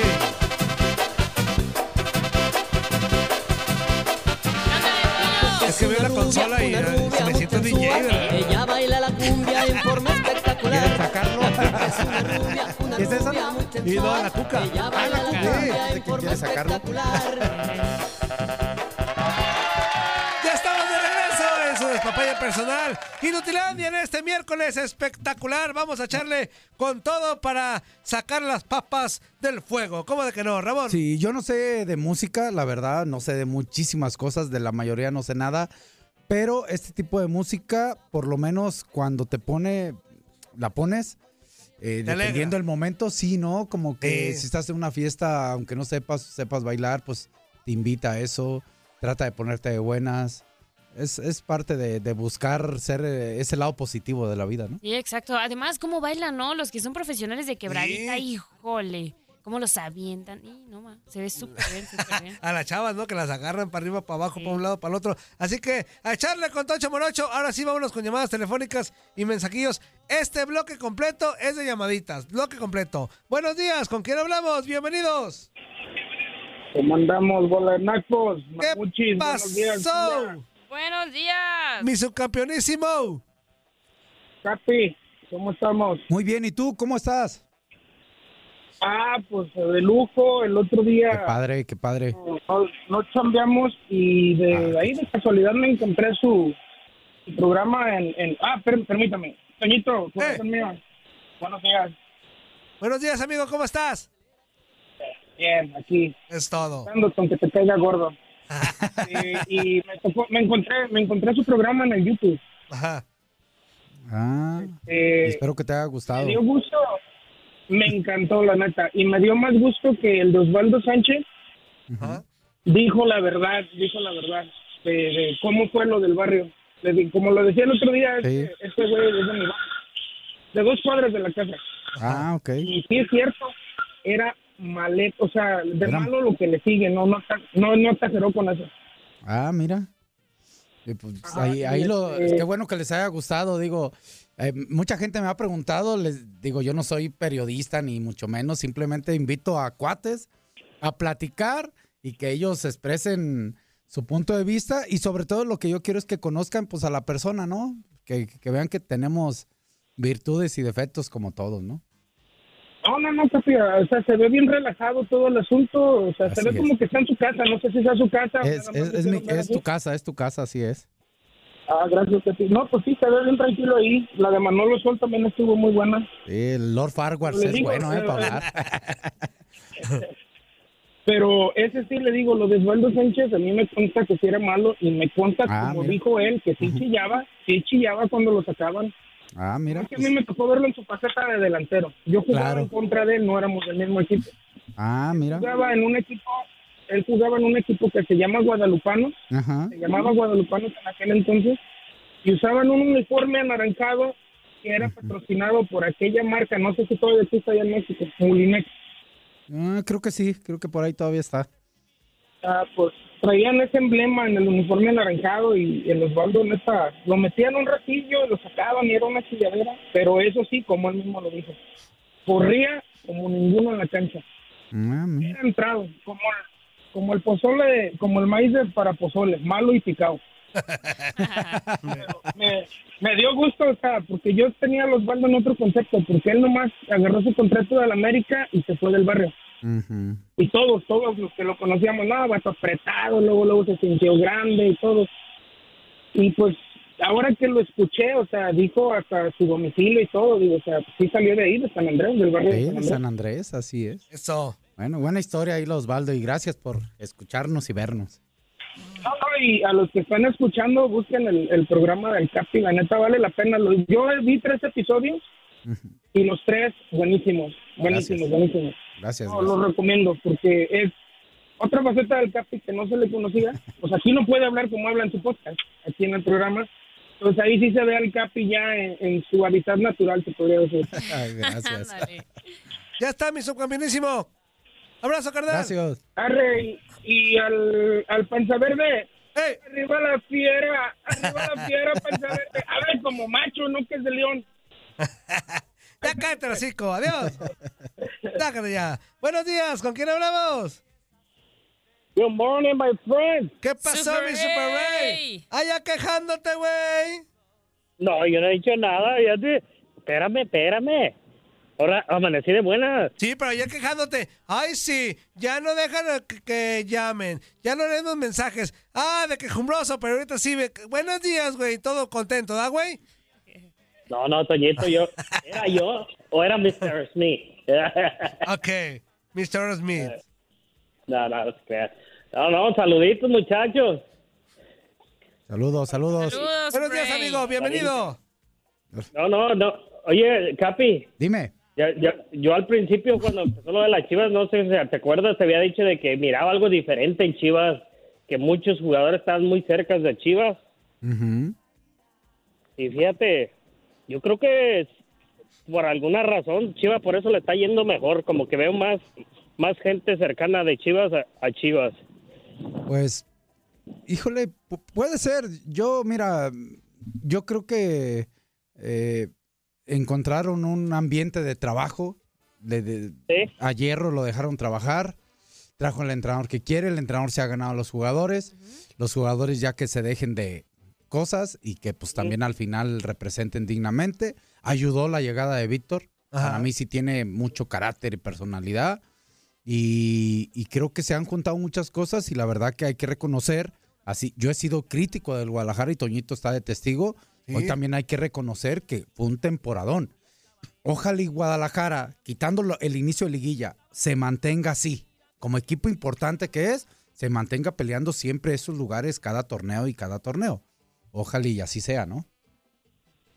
Speaker 3: Es que veo la consola y eh, me siento DJ. ¿verdad?
Speaker 6: Ella baila la cumbia en forma espectacular.
Speaker 5: sacarlo?
Speaker 6: Una
Speaker 5: ¿Es esa?
Speaker 6: rubia muy
Speaker 5: Y no,
Speaker 6: sensual.
Speaker 5: la cuca.
Speaker 6: Ella
Speaker 5: Ah,
Speaker 6: baila
Speaker 5: la
Speaker 6: la
Speaker 5: cuca.
Speaker 6: cumbia
Speaker 5: Este,
Speaker 6: en
Speaker 5: ¿Quién
Speaker 6: forma
Speaker 5: quiere sacarlo?
Speaker 6: espectacular.
Speaker 3: Ya estamos de regreso en su despapaya personal. Inutilandia en este miércoles espectacular. Vamos a echarle con todo para sacar las papas del fuego. ¿Cómo de que no, Ramón?
Speaker 5: Sí, yo no sé de música, la verdad, no sé de muchísimas cosas, de la mayoría no sé nada, pero este tipo de música, por lo menos cuando te pone, la pones, eh,
Speaker 3: Te alegra.
Speaker 5: dependiendo el momento, sí, ¿no? Como que
Speaker 3: Sí.
Speaker 5: si estás en una fiesta, aunque no sepas, sepas bailar, pues te invita a eso, trata de ponerte de buenas. Es, es parte de, de buscar ser eh, ese lado positivo de la vida, ¿no?
Speaker 4: Sí, exacto. Además, cómo bailan, ¿no? Los que son profesionales de quebradita,
Speaker 3: Sí.
Speaker 4: híjole. Cómo los avientan. Y no más. Se ve súper bien, súper bien.
Speaker 3: A las chavas, ¿no? Que las agarran para arriba, para abajo,
Speaker 4: Sí.
Speaker 3: para un lado, para el otro. Así que a echarle con Tocho Morocho. Ahora sí, vámonos con llamadas telefónicas y mensajillos. Este bloque completo es de llamaditas. Bloque completo. Buenos días, ¿con quién hablamos? Bienvenidos.
Speaker 12: ¿Cómo andamos, bola de nacos?
Speaker 3: ¿Qué
Speaker 12: Mamuchis, buenos días.
Speaker 3: pasó?
Speaker 4: Buenos días.
Speaker 3: Mi subcampeonísimo.
Speaker 12: Capi, ¿cómo estamos?
Speaker 5: Muy bien, ¿y tú cómo estás?
Speaker 12: Ah, pues de lujo. El otro
Speaker 5: Qué
Speaker 12: día
Speaker 5: padre, qué padre.
Speaker 12: no, no chambeamos y
Speaker 5: Ah,
Speaker 12: de ahí de casualidad me encontré su, su programa en, en- Ah, per- permítame. Toñito,
Speaker 3: Eh.
Speaker 12: corazón mío. Buenos días.
Speaker 3: Buenos días, amigo, ¿cómo estás?
Speaker 12: Bien, aquí.
Speaker 3: Es todo.
Speaker 12: Ando con que te caiga gordo. Eh, y me, tocó- me encontré me encontré su programa en el YouTube.
Speaker 3: Ajá.
Speaker 5: Ah,
Speaker 12: Eh,
Speaker 5: espero que te haya gustado.
Speaker 12: me dio gusto. Me encantó, la neta. Y me dio más gusto que el de Osvaldo Sánchez
Speaker 3: Ajá.
Speaker 12: dijo la verdad, dijo la verdad de, de cómo fue lo del barrio. Le di- como lo decía el otro día,
Speaker 5: Sí.
Speaker 12: este, este güey es de mi barrio, de dos cuadras de la casa.
Speaker 5: Ah, ok.
Speaker 12: Y sí es cierto, era malet, o sea, de
Speaker 5: Era-
Speaker 12: malo lo que le sigue, no no ata- no, no exageró con eso.
Speaker 5: Ah, mira. Y pues,
Speaker 12: Ajá,
Speaker 5: ahí,
Speaker 12: y
Speaker 5: ahí lo,
Speaker 12: este-
Speaker 5: qué bueno que les haya gustado, digo, eh, mucha gente me ha preguntado, les digo, yo no soy periodista ni mucho menos, simplemente invito a cuates a platicar y que ellos expresen su punto de vista y sobre todo lo que yo quiero es que conozcan pues a la persona, ¿no? Que, que vean que tenemos virtudes y defectos como todos, ¿no?
Speaker 12: No, no, no, papi, o sea, se ve bien relajado todo el asunto, o sea,
Speaker 5: Así
Speaker 12: se ve
Speaker 5: es.
Speaker 12: como que está en su casa, no sé si sea su casa.
Speaker 5: Es,
Speaker 12: nada más
Speaker 5: es- es mi-
Speaker 12: quisieron ver
Speaker 5: es tu
Speaker 12: así.
Speaker 5: casa, es tu casa, así es.
Speaker 12: Ah, gracias, papi. No, pues sí, se ve bien tranquilo ahí. La de Manolo Sol también estuvo muy buena.
Speaker 5: Sí, el Lord Farquhar
Speaker 12: Les
Speaker 5: es
Speaker 12: digo,
Speaker 5: bueno, ¿eh?
Speaker 12: eh,
Speaker 5: Para hablar.
Speaker 12: Pero ese sí le digo, lo de Osvaldo Sánchez a mí me consta que sí era malo y me consta,
Speaker 5: Ah,
Speaker 12: como
Speaker 5: mira.
Speaker 12: dijo él, que sí chillaba, sí chillaba cuando lo sacaban.
Speaker 5: Ah, mira.
Speaker 12: Porque
Speaker 5: pues,
Speaker 12: a mí me tocó verlo en su faceta de delantero. Yo jugaba
Speaker 5: Claro.
Speaker 12: en contra de él, no éramos del mismo equipo.
Speaker 5: Ah, mira.
Speaker 12: Jugaba en un equipo, él jugaba en un equipo que se llama Guadalupano,
Speaker 5: Ajá.
Speaker 12: se llamaba Guadalupano en aquel entonces, y usaban un uniforme anaranjado que era patrocinado por aquella marca, no sé si todavía existe allá en México, Mulinex.
Speaker 5: Ah, creo que sí, creo que por ahí todavía está.
Speaker 12: Ah, pues traían ese emblema en el uniforme anaranjado y el Osvaldo neta lo metían un ratillo, lo sacaban y era una chilladera, pero eso sí, como él mismo lo dijo, corría como ninguno en la cancha,
Speaker 5: Ah, mira.
Speaker 12: era entrado, como el, como el pozole, como el maíz de- para pozole, malo y picado. Pero me, me dio gusto, o sea, porque yo tenía a Osvaldo en otro concepto, porque él nomás agarró su contrato de la América y se fue del barrio.
Speaker 5: Ujú.
Speaker 12: y todos, todos los que lo conocíamos, nada, vato apretado, luego, luego se sintió grande y todo. Y pues ahora que lo escuché, o sea, dijo hasta su domicilio y todo, digo, o sea, sí salió de ahí, de San Andrés, del barrio
Speaker 5: Sí,
Speaker 12: de San
Speaker 5: de
Speaker 12: Andrés.
Speaker 5: San Andrés, así es.
Speaker 3: Eso.
Speaker 5: Bueno, buena historia ahí, Osvaldo, y gracias por escucharnos y vernos.
Speaker 12: No, no, y a los que están escuchando, busquen el, el programa del Capi, la neta vale la pena. Lo- Yo vi tres episodios y los tres buenísimos, buenísimos,
Speaker 5: Gracias.
Speaker 12: buenísimos.
Speaker 5: Gracias.
Speaker 12: No,
Speaker 5: gracias.
Speaker 12: lo recomiendo porque es otra faceta del Capi que no se le conocía. Pues aquí no puede hablar como habla en su podcast, aquí en el programa. Entonces ahí sí se ve al Capi ya en, en su hábitat natural, se podría decir.
Speaker 5: Ay, gracias.
Speaker 3: Ya está, mi subcampeonísimo. Abrazo, carnal.
Speaker 5: Gracias.
Speaker 12: Arre, y, y al, al panza verde.
Speaker 5: Eh.
Speaker 12: Arriba la fiera, arriba la fiera, panza verde. Habla como macho, no que es de león.
Speaker 3: Ya cállate, hocico. Adiós. Sácate ya. Buenos días. ¿Con quién hablamos?
Speaker 12: Good morning, my friend.
Speaker 3: ¿Qué pasó,
Speaker 4: Super
Speaker 3: mi Super Ray?
Speaker 4: Ray.
Speaker 3: Allá quejándote, güey.
Speaker 13: No, yo no he dicho nada. Ya te... Espérame, espérame. Ahora amanecí de buenas.
Speaker 3: Sí, pero ya quejándote. Ay, sí. Ya no dejan a que, que llamen. Ya no leen los mensajes. Ah, de quejumbroso, pero ahorita sí. ve- Buenos días, güey. Todo contento, ¿da, güey?
Speaker 13: No, no, Toñito, yo. ¿Era yo o era Mr. Smith? Eh,
Speaker 3: Ok. Mr. Smith.
Speaker 13: no, no, no se crean. No, no, saluditos, muchachos.
Speaker 5: Saludos, saludos.
Speaker 4: Saludos,
Speaker 3: Buenos días,
Speaker 4: Ray.
Speaker 3: amigo. Bienvenido.
Speaker 13: No, no, no. Oye, Capi,
Speaker 5: Dime.
Speaker 13: yo, yo, yo al principio, cuando empezó lo de las chivas, no sé si te acuerdas, te había dicho de que miraba algo diferente en chivas, que muchos jugadores estaban muy cerca de chivas.
Speaker 5: Ujú.
Speaker 13: Y fíjate, yo creo que por alguna razón Chivas por eso le está yendo mejor, como que veo más más gente cercana de Chivas a, a Chivas.
Speaker 5: Pues, híjole, pu- puede ser. Yo, mira, yo creo que eh, encontraron un ambiente de trabajo. De, de-
Speaker 13: Sí.
Speaker 5: A Hierro lo dejaron trabajar. Trajo el entrenador que quiere. El entrenador se ha ganado a los jugadores. Los jugadores ya que se dejen de cosas y que pues también al final representen dignamente. Ayudó la llegada de Víctor.
Speaker 3: Ajá.
Speaker 5: Para mí sí tiene mucho carácter y personalidad. Y, y creo que se han juntado muchas cosas y la verdad que hay que reconocer, así, yo he sido crítico del Guadalajara y Toñito está de testigo, hoy
Speaker 3: Sí.
Speaker 5: también hay que reconocer que fue un temporadón. Ojalá y Guadalajara, quitando lo- el inicio de liguilla, se mantenga así, como equipo importante que es, se mantenga peleando siempre esos lugares cada torneo y cada torneo. Ojalá y así sea, ¿no?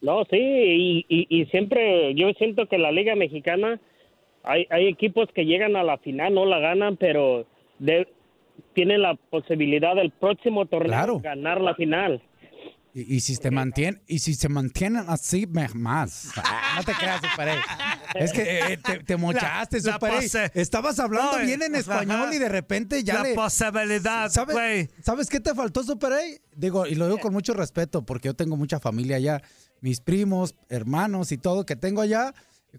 Speaker 13: No, sí, y, y- y siempre yo siento que la Liga Mexicana hay, hay equipos que llegan a la final, no la ganan, pero de- tienen la posibilidad del próximo torneo
Speaker 5: Claro.
Speaker 13: ganar la final.
Speaker 5: Y, y si se mantiene, y si se mantienen así me- más. Ah, No te creas, Super Ey. Es que eh, eh, te, te mochaste,
Speaker 3: La- la
Speaker 5: Super Ey.
Speaker 3: pose.
Speaker 5: Estabas hablando
Speaker 3: No, eh,
Speaker 5: bien en español
Speaker 3: ajá.
Speaker 5: y de repente ya
Speaker 3: la
Speaker 5: le-
Speaker 3: posibilidad,
Speaker 5: ¿Sabes,
Speaker 3: güey.
Speaker 5: ¿Sabes qué te faltó, Super Ey? Digo, y lo digo con mucho respeto, porque yo tengo mucha familia allá. Mis primos, hermanos y todo que tengo allá,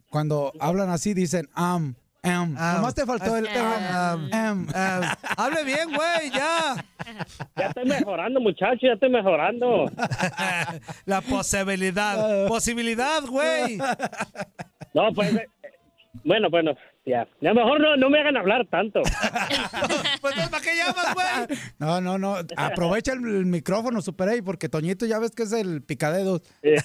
Speaker 5: cuando hablan así dicen am, am.
Speaker 3: Am.
Speaker 5: Nomás te faltó el am,
Speaker 3: Am.
Speaker 5: am.
Speaker 3: Ah, hable bien, güey, ya.
Speaker 13: Ya estoy mejorando, muchachos, ya estoy mejorando.
Speaker 3: La posibilidad. Posibilidad, güey.
Speaker 13: No, pues... eh, Bueno, bueno, ya. A lo mejor no, no me hagan hablar tanto.
Speaker 3: Pues entonces, ¿para qué llamas, güey?
Speaker 5: No, no, no. Aprovecha el, el micrófono, Super Ey, porque Toñito ya ves que es el picadedos.
Speaker 13: Eh,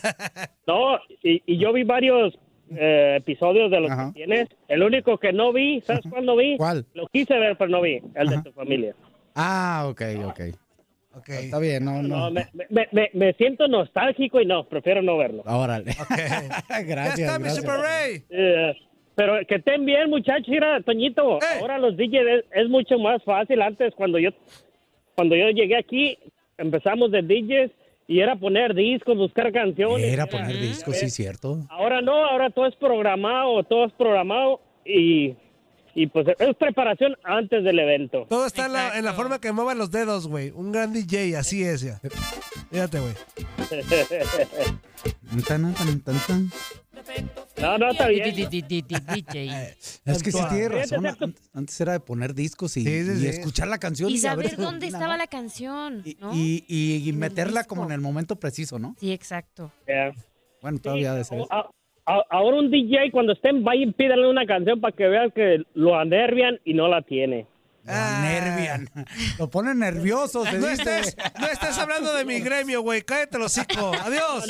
Speaker 13: no, y, y yo vi varios eh, episodios de los
Speaker 5: Ajá.
Speaker 13: que tienes. El único que no vi, ¿sabes cuál no vi?
Speaker 5: ¿Cuál?
Speaker 13: Lo quise ver, pero no vi. El
Speaker 5: Ajá.
Speaker 13: de tu familia.
Speaker 5: Ah, ok, ok.
Speaker 3: Ok.
Speaker 5: Está bien, no,
Speaker 13: No,
Speaker 5: no.
Speaker 13: me, me- me- me siento nostálgico y no, prefiero no verlo.
Speaker 5: Órale.
Speaker 3: Ya
Speaker 5: gracias,
Speaker 3: está, mi
Speaker 5: gracias.
Speaker 3: Super Ray.
Speaker 13: Eh, pero que estén bien, muchachos. Mira, Toñito,
Speaker 3: Eh.
Speaker 13: ahora los DJs es, es mucho más fácil. Antes, cuando yo, cuando yo llegué aquí, empezamos de DJs y era poner discos, buscar canciones.
Speaker 5: Era poner discos, sí,
Speaker 13: ves.
Speaker 5: cierto.
Speaker 13: Ahora no, ahora todo es programado, todo es programado y, y pues es preparación antes del evento.
Speaker 3: Todo está en la, en la
Speaker 4: Exacto.
Speaker 3: forma que muevan los dedos, güey. Un gran DJ, así es ya. Fíjate, güey.
Speaker 5: Tan, tan, tan, tan.
Speaker 13: No, no, está bien.
Speaker 4: DJ.
Speaker 5: Es que sí
Speaker 3: Antoine.
Speaker 5: tiene razón. Antes, antes era de poner discos y,
Speaker 3: Sí, sí,
Speaker 5: y
Speaker 3: sí.
Speaker 5: escuchar la canción.
Speaker 4: Y
Speaker 5: saber
Speaker 4: saber dónde estaba la canción,
Speaker 5: Y,
Speaker 4: ¿no?
Speaker 5: y- y- y
Speaker 4: En el
Speaker 5: meterla
Speaker 4: disco.
Speaker 5: como en el momento preciso, ¿no?
Speaker 4: Sí, exacto.
Speaker 13: Ya.
Speaker 5: Bueno, todavía ha de ser. eso.
Speaker 13: A-
Speaker 14: a- ahora un DJ cuando estén, vayan pídanle una canción para que vean que lo anervian y no la tiene.
Speaker 5: Nervian. Lo ponen nervioso, se
Speaker 3: No
Speaker 5: dice.
Speaker 3: estés, no estés hablando de mi gremio, güey. Cállate los hocico. Adiós.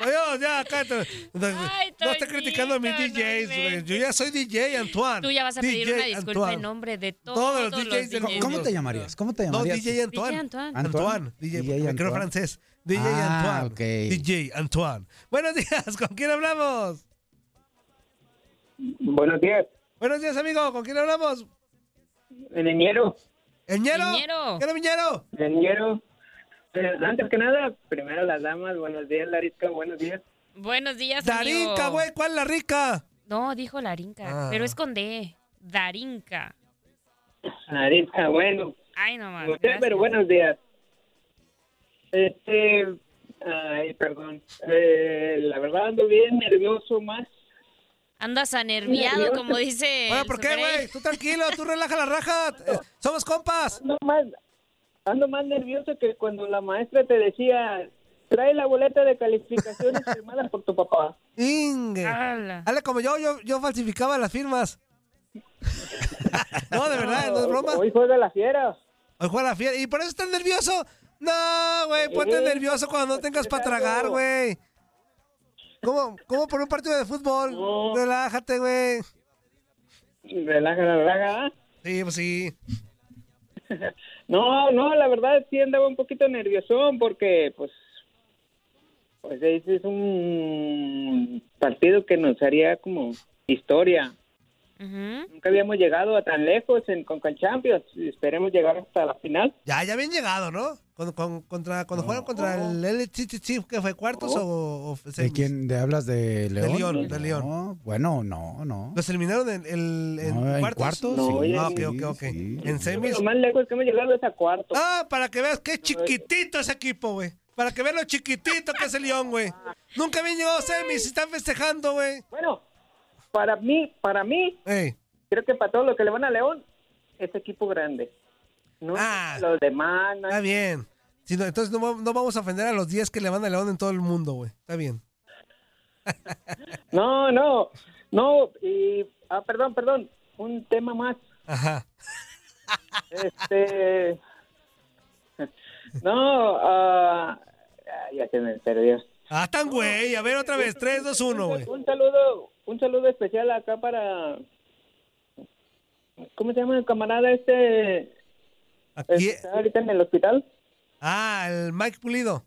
Speaker 3: Adiós, ya, cállate. No, no estés criticando a mis DJs, güey. Yo ya soy DJ, Antoine.
Speaker 4: Tú ya vas a pedir
Speaker 3: DJ
Speaker 4: una disculpa en
Speaker 3: Antoine.
Speaker 4: nombre de todos,
Speaker 3: Todos los DJs del
Speaker 4: del mundo.
Speaker 5: ¿Cómo te llamarías? ¿Cómo te
Speaker 3: No,
Speaker 5: llamarías?
Speaker 3: DJ Antoine.
Speaker 4: DJ Antoine.
Speaker 3: Antoine. DJ, porque me creo
Speaker 5: Antoine.
Speaker 3: francés. DJ
Speaker 5: Ah,
Speaker 3: Antoine. DJ Antoine. Buenos días, ¿con quién hablamos?
Speaker 9: Buenos días,
Speaker 3: Buenos días, amigo, ¿con quién hablamos?
Speaker 9: el ingeniero.
Speaker 3: ¿El ñero?
Speaker 9: Ingeniero.
Speaker 3: ¿Qué era miñero?
Speaker 9: El ingeniero. Eh, antes que nada, primero las damas, buenos días, Larisca, buenos días.
Speaker 4: Buenos días, amigo.
Speaker 3: Darinka, güey, ¿cuál la rica?
Speaker 4: No, dijo Larinka,
Speaker 9: Ah.
Speaker 4: pero es con D. Darinka.
Speaker 9: Larisca, bueno,
Speaker 4: Ay, no mames.
Speaker 9: usted, pero buenos días. Este, ay, perdón, Eh, la verdad ando bien nervioso más.
Speaker 4: Andas anerviado, como dice.
Speaker 3: Bueno,
Speaker 4: el
Speaker 3: ¿por qué,
Speaker 4: Super
Speaker 3: güey? Tú tranquilo, tú relaja la raja. Eh, Somos compas.
Speaker 9: No más, ando más nervioso que cuando la maestra te decía, trae la boleta de calificaciones firmada por tu papá.
Speaker 3: Inge. Hazle como yo, yo, yo falsificaba las firmas. no, de verdad, no es broma.
Speaker 9: Hoy juega la fiera.
Speaker 3: Hoy juega la fiera. ¿Y por eso estás nervioso? No, güey, ponte
Speaker 9: Sí.
Speaker 3: nervioso cuando no tengas para tragar, güey. ¿Cómo, ¿Cómo por un partido de fútbol? Relájate, güey.
Speaker 9: Relaja, relaja.
Speaker 3: Sí, pues sí.
Speaker 9: No, no, la verdad sí andaba un poquito nerviosón porque, pues, pues ese es un partido que nos haría como historia. Nunca habíamos llegado a tan lejos en Concacaf Champions. Esperemos llegar hasta la final.
Speaker 3: Ya, ya habían llegado, ¿no? Cuando, con- contra, cuando jugaron contra el LTTT, que fue cuartos o, o
Speaker 5: ¿De
Speaker 3: semis?
Speaker 5: quién? ¿De hablas de León?
Speaker 3: León, de León.
Speaker 5: No, bueno, no, no.
Speaker 3: ¿Los eliminaron en, el, en
Speaker 5: No, en
Speaker 3: cuartos?
Speaker 5: cuartos,
Speaker 3: No,
Speaker 5: sí,
Speaker 3: ah,
Speaker 5: sí,
Speaker 3: ok, ok, ok. En semis.
Speaker 9: Lo más lejos que hemos llegado es a cuarto.
Speaker 3: Ah, para que veas qué chiquitito ese equipo, güey. Para que veas lo chiquitito que es el León, güey. Nunca habían llegado a semis y están festejando, güey.
Speaker 9: Bueno, para mí, para mí, creo que para todos los que le van a León, es equipo grande. No
Speaker 3: Ah.
Speaker 9: los demás. no-
Speaker 3: Está bien. Si no, entonces no, va- no vamos a ofender a los 10 que le van a León en todo el mundo, güey. Está bien.
Speaker 9: No, no, no, y, ah, perdón, perdón, un tema más.
Speaker 3: Ajá.
Speaker 9: Este, no, ah, ah, ya se me perdió.
Speaker 3: Ah, tan güey. A ver, otra vez. 3, 2, 1, güey.
Speaker 9: Pues, Un saludo, un saludo especial acá para, ¿cómo se llama el camarada este? El que está ahorita en el hospital.
Speaker 3: Ah, el Mike Pulido.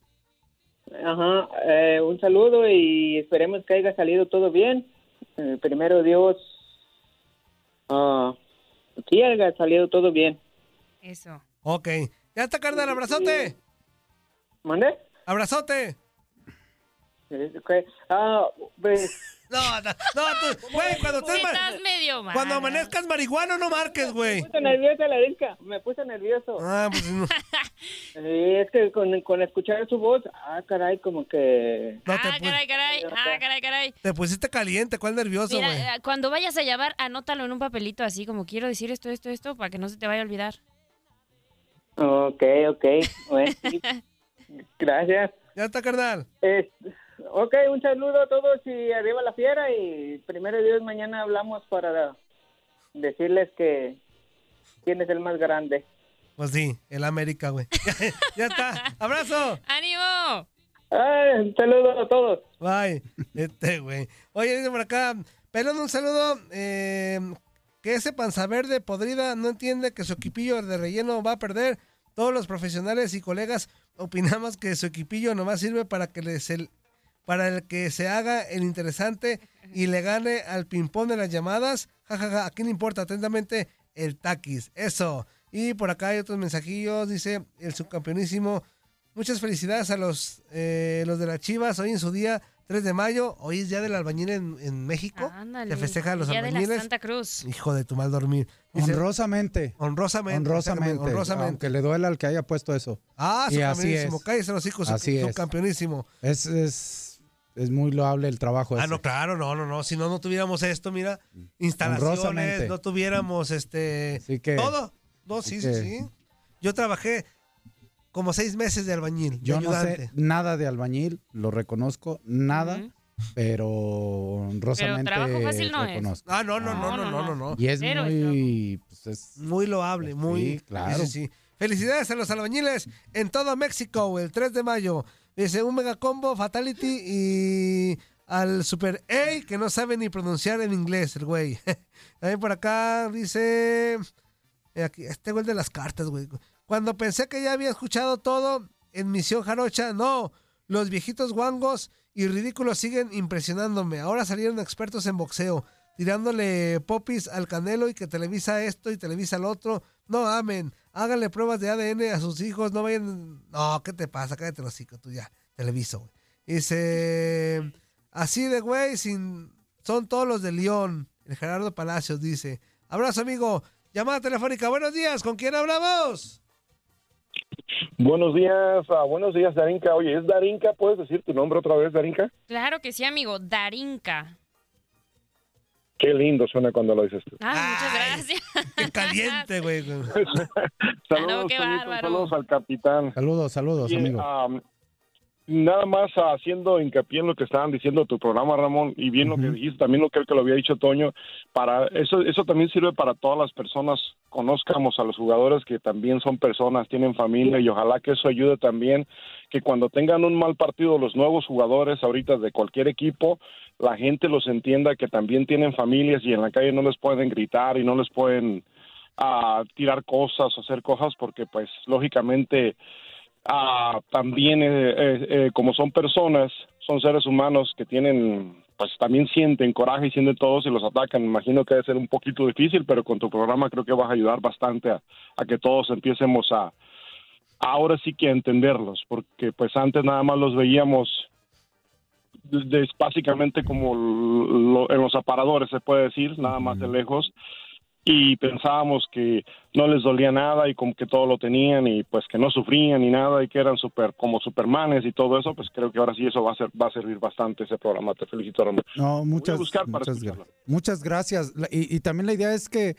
Speaker 9: Ajá, eh, un saludo y esperemos que haya salido todo bien. Eh, primero Dios, ah, que haya salido todo bien.
Speaker 4: Eso.
Speaker 3: Ok. Ya está, carnal. Abrazote.
Speaker 9: ¿Mande?
Speaker 3: Abrazote.
Speaker 9: Eh, ok. Ah, pues,
Speaker 3: No, no, no, tú, güey, cuando estés ma-
Speaker 4: medio mal.
Speaker 3: Cuando amanezcas marihuano, no marques, güey.
Speaker 9: puse nerviosa la disca, me puse nervioso.
Speaker 3: Ah, pues no.
Speaker 9: Eh, es que con, con escuchar su voz, ah, caray, como que...
Speaker 3: No, te,
Speaker 4: Ah, caray, caray. Ah, caray, caray.
Speaker 3: te pusiste caliente. ¿Cuál nervioso,
Speaker 4: Mira,
Speaker 3: güey?
Speaker 4: eh, cuando vayas a llamar, anótalo en un papelito así, como quiero decir esto, esto, esto, para que no se te vaya a olvidar.
Speaker 9: Ok, ok, bueno, sí. gracias.
Speaker 3: Ya está, carnal.
Speaker 9: Eh, ok, un saludo a todos y arriba la fiera y primero Dios, mañana hablamos para decirles que quién es el más grande.
Speaker 3: Pues sí, el América, güey. ya está. ¡Abrazo!
Speaker 4: ¡Ánimo!
Speaker 9: Ay, saludos a todos.
Speaker 3: Bye. Este, güey. Oye, dice por acá. Pelón, un saludo. eh, que ese panza verde podrida no entiende que su equipillo de relleno va a perder. Todos los profesionales y colegas opinamos que su equipillo nomás sirve para que les el, para el que se haga el interesante y le gane al ping-pong de las llamadas. Ja, ja, ja. ¿A quién le importa? Atentamente, el taquis. Eso. Y por acá hay otros mensajillos. Dice el subcampeonísimo. Muchas felicidades a los, eh, los de las Chivas. Hoy en su día, 3 de mayo. Hoy es Día del Albañil en, en México.
Speaker 4: Ándale.
Speaker 3: Se festeja a los
Speaker 4: Día de la
Speaker 3: albañiles.
Speaker 4: Santa Cruz.
Speaker 3: Hijo de tu mal dormir.
Speaker 5: honrosamente.
Speaker 3: Honrosamente.
Speaker 5: Honrosamente.
Speaker 3: exactamente, honrosamente.
Speaker 5: Aunque le duela al que haya puesto eso.
Speaker 3: Ah,
Speaker 5: Y así es.
Speaker 3: subcampeonísimo. Cállese los hijos, sub-
Speaker 5: Así es.
Speaker 3: subcampeonísimo.
Speaker 5: Es, es, es muy loable el trabajo.
Speaker 3: Ah,
Speaker 5: ese.
Speaker 3: no, claro, no, no, no. Si no, no tuviéramos esto, mira. Instalaciones,
Speaker 5: Mm. Honrosamente.
Speaker 3: no tuviéramos este.
Speaker 5: Así que-
Speaker 3: todo. No, sí, sí,
Speaker 5: así que-
Speaker 3: sí. Yo trabajé como seis meses de albañil. de
Speaker 5: Yo no
Speaker 3: ayudante.
Speaker 5: sé nada de albañil, lo reconozco, nada. pero honrosamente
Speaker 3: trabajo fácil no es.
Speaker 5: reconozco.
Speaker 3: Ah, no, no, no, no, no, no, no.
Speaker 5: Y es
Speaker 3: Cero es
Speaker 5: muy... pues, es-
Speaker 3: Muy loable, muy.
Speaker 5: claro.
Speaker 3: Sí, sí, sí. Felicidades a los albañiles en todo México el 3 de mayo. Dice un mega combo Fatality y al Super A que no sabe ni pronunciar en inglés el güey. También por acá dice. eh, aquí, este güey de las cartas, güey. Cuando pensé que ya había escuchado todo en Misión Jarocha, no. Los viejitos guangos y ridículos siguen impresionándome. Ahora salieron expertos en boxeo, tirándole popis al canelo y que televisa esto y televisa el otro. No amen. Háganle pruebas de ADN a sus hijos. No vayan. No, ¿qué te pasa? Cállate los hijos, tú ya. Televiso, güey. Dice. Así de güey, sin. Son todos los de León. El Gerardo Palacios dice. Abrazo, amigo. Llamada telefónica. Buenos días. ¿Con quién hablamos?
Speaker 15: Buenos días, ah, buenos días, Darinka. Oye, ¿es Darinka? ¿Puedes decir tu nombre otra vez, Darinka?
Speaker 4: Claro que sí, amigo. Darinka.
Speaker 15: Qué lindo suena cuando lo dices tú.
Speaker 4: Ay, muchas gracias.
Speaker 3: Qué caliente, güey.
Speaker 15: Pues, Saludos,
Speaker 4: Ah, qué
Speaker 15: Toñito,
Speaker 4: bárbaro.
Speaker 15: saludos al capitán.
Speaker 5: Saludos, saludos,
Speaker 15: Oye,
Speaker 5: amigo.
Speaker 15: am, nada más haciendo hincapié en lo que estaban diciendo tu programa, Ramón, y bien lo que dijiste, también lo creo que lo había dicho Toño, para eso, eso también sirve para todas las personas, conozcamos a los jugadores que también son personas, tienen familia, y ojalá que eso ayude también, que cuando tengan un mal partido los nuevos jugadores ahorita de cualquier equipo, la gente los entienda que también tienen familias y en la calle no les pueden gritar y no les pueden a tirar cosas, hacer cosas, porque pues lógicamente ah, también eh, eh, eh, como son personas, son seres humanos que tienen, pues también sienten coraje y sienten todos y los atacan. Me imagino que debe ser un poquito difícil, pero con tu programa creo que vas a ayudar bastante a, a que todos empiecemos a, ahora sí que a entenderlos, porque pues antes nada más los veíamos de- básicamente como lo- en los aparadores, se puede decir, nada más de lejos y pensábamos que no les dolía nada y como que todo lo tenían y pues que no sufrían ni nada y que eran super como supermanes y todo eso, pues creo que ahora sí eso va a ser va a servir bastante ese programa. Te felicito, Ramón.
Speaker 5: No, muchas,
Speaker 15: buscar para
Speaker 5: muchas,
Speaker 15: escucharlo.
Speaker 5: gra- muchas gracias. La- Y, y también la idea es que,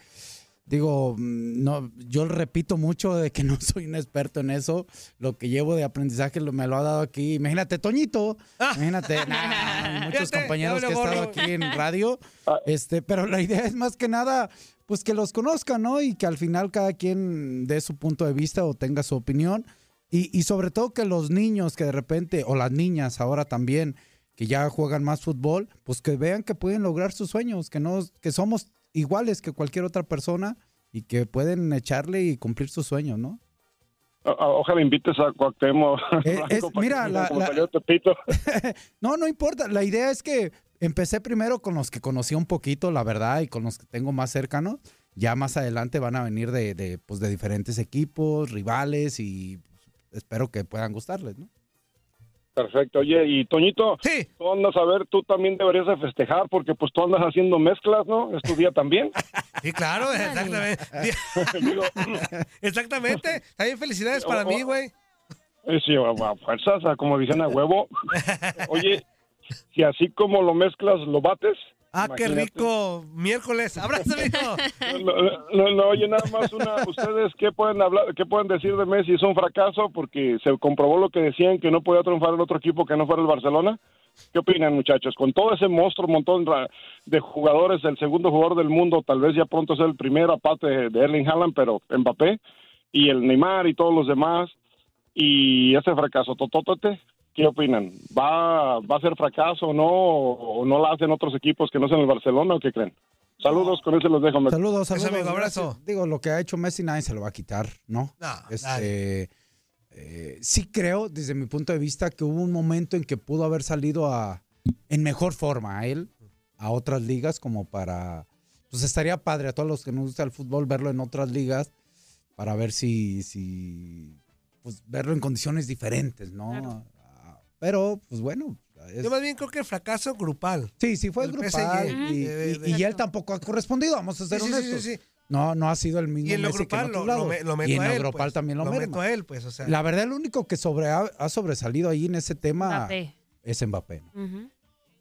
Speaker 5: digo, mm, no, yo repito mucho de que no soy un experto en eso. Lo que llevo de aprendizaje lo- me lo ha dado aquí. Imagínate, Toñito. Imagínate, nah, muchos
Speaker 3: Fíjate,
Speaker 5: compañeros
Speaker 3: ya
Speaker 5: que he
Speaker 3: habló
Speaker 5: estado
Speaker 3: gordo.
Speaker 5: aquí en radio. Este, pero la idea es más que nada, pues que los conozcan, ¿no? Y que al final cada quien dé su punto de vista o tenga su opinión. Y, y sobre todo que los niños que de repente, o las niñas ahora también, que ya juegan más fútbol, pues que vean que pueden lograr sus sueños, que, no, que somos iguales que cualquier otra persona y que pueden echarle y cumplir sus sueños, ¿no?
Speaker 15: O- o- Ojalá invites a Cuauhtémoc.
Speaker 5: Eh, es-
Speaker 15: Blanco para
Speaker 5: mira,
Speaker 15: que
Speaker 5: la-
Speaker 15: como
Speaker 5: la-
Speaker 15: salió Tepito.
Speaker 5: No, no importa. La idea es que empecé primero con los que conocí un poquito, la verdad, y con los que tengo más cercanos. Ya más adelante van a venir de, de, pues, de diferentes equipos, rivales, y pues, espero que puedan gustarles, ¿no?
Speaker 15: Perfecto. Oye, y Toñito, tú andas a ver, tú también deberías de festejar porque pues tú andas haciendo mezclas, ¿no? Es tu día también.
Speaker 3: Sí, claro, exactamente. exactamente. También felicidades para mí, güey.
Speaker 15: Eh, Sí, a a fuerzas, a como dicen a huevo. Oye, si así como lo mezclas, lo bates.
Speaker 3: Ah, qué
Speaker 15: imagínate.
Speaker 3: rico. Miércoles. Abrazo, amigo.
Speaker 15: No, no, no, oye, nada más una. ¿Ustedes qué pueden hablar, qué pueden decir de Messi? ¿Es un fracaso? Porque se comprobó lo que decían que no podía triunfar el otro equipo que no fuera el Barcelona. ¿Qué opinan, muchachos? Con todo ese monstruo, montón ra- de jugadores, el segundo jugador del mundo, tal vez ya pronto sea el primero, aparte de de Erling Haaland, pero Mbappé, y el Neymar y todos los demás, y ese fracaso, tototote, ¿qué opinan? ¿Va, va a ser fracaso o no? ¿O no la hacen otros equipos que no sean el Barcelona o qué creen? Saludos, con eso los dejo. me-
Speaker 5: Saludos,
Speaker 15: Pues,
Speaker 5: saludos.
Speaker 15: amigo, abrazo.
Speaker 5: Gracias. Digo, lo que ha hecho Messi nadie se lo va a quitar, ¿no? este, eh, sí creo, desde mi punto de vista, que hubo un momento en que pudo haber salido a, en mejor forma a él, a otras ligas, como para... Pues estaría padre a todos los que nos gusta el fútbol verlo en otras ligas para ver si... si pues verlo en condiciones diferentes, ¿no?
Speaker 3: Claro.
Speaker 5: Ah, Pero, pues bueno. es-
Speaker 3: Yo más bien creo que fracaso grupal.
Speaker 5: Sí, sí fue
Speaker 3: El
Speaker 5: grupal
Speaker 3: PSG.
Speaker 5: y,
Speaker 3: Ujú.
Speaker 5: y- y él tampoco ha correspondido, vamos a ser
Speaker 3: Sí, sí, sí,
Speaker 5: honestos.
Speaker 3: sí, sí.
Speaker 5: No, no ha sido el mismo
Speaker 3: Y en lo
Speaker 5: Messi que
Speaker 3: grupal
Speaker 5: en otros
Speaker 3: lo- lo
Speaker 5: lados.
Speaker 3: me- lo meto
Speaker 5: y en
Speaker 3: a
Speaker 5: lo
Speaker 3: él,
Speaker 5: grupal
Speaker 3: pues,
Speaker 5: también lo,
Speaker 3: lo
Speaker 5: merma.
Speaker 3: meto a él, pues, o sea.
Speaker 5: La verdad, el único que sobre, ha, ha sobresalido ahí en ese tema
Speaker 3: Mbappé.
Speaker 5: es Mbappé. ¿no?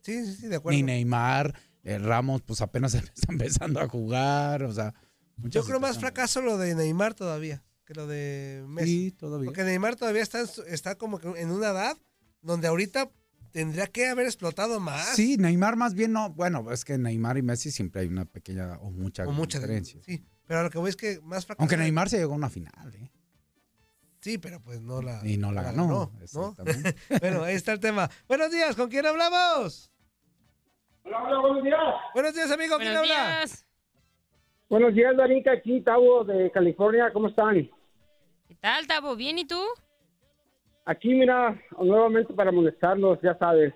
Speaker 3: Sí, sí, sí, de acuerdo.
Speaker 5: Ni Neymar, eh, Ramos, pues apenas está empezando a jugar, o sea...
Speaker 3: Yo
Speaker 5: muchas
Speaker 3: creo más
Speaker 5: situaciones.
Speaker 3: fracaso lo de Neymar todavía que lo de Messi.
Speaker 5: Sí, todavía.
Speaker 3: Porque Neymar todavía está, en su- está como que en una edad donde ahorita tendría que haber explotado más.
Speaker 5: Sí, Neymar más bien no. Bueno, es que Neymar y Messi siempre hay una pequeña o mucha,
Speaker 3: O mucha
Speaker 5: diferencia.
Speaker 3: Sí, pero a lo que voy es que más fracasado.
Speaker 5: Aunque Neymar se llegó a una final. ¿eh?
Speaker 3: Sí, pero pues no la.
Speaker 5: Y no la ganó,
Speaker 3: ¿no?
Speaker 5: exactamente.
Speaker 3: bueno, ahí está el tema. Buenos días, ¿con quién hablamos?
Speaker 10: Hola, hola, buenos días.
Speaker 3: Buenos días, amigo, ¿quién
Speaker 4: Buenos
Speaker 3: habla?
Speaker 4: días.
Speaker 10: Buenos días, Danica, aquí Tavo de California, ¿cómo están?
Speaker 4: ¿Qué tal, Tavo? ¿Bien y tú?
Speaker 10: Aquí, mira, nuevamente para molestarlos, ya sabes,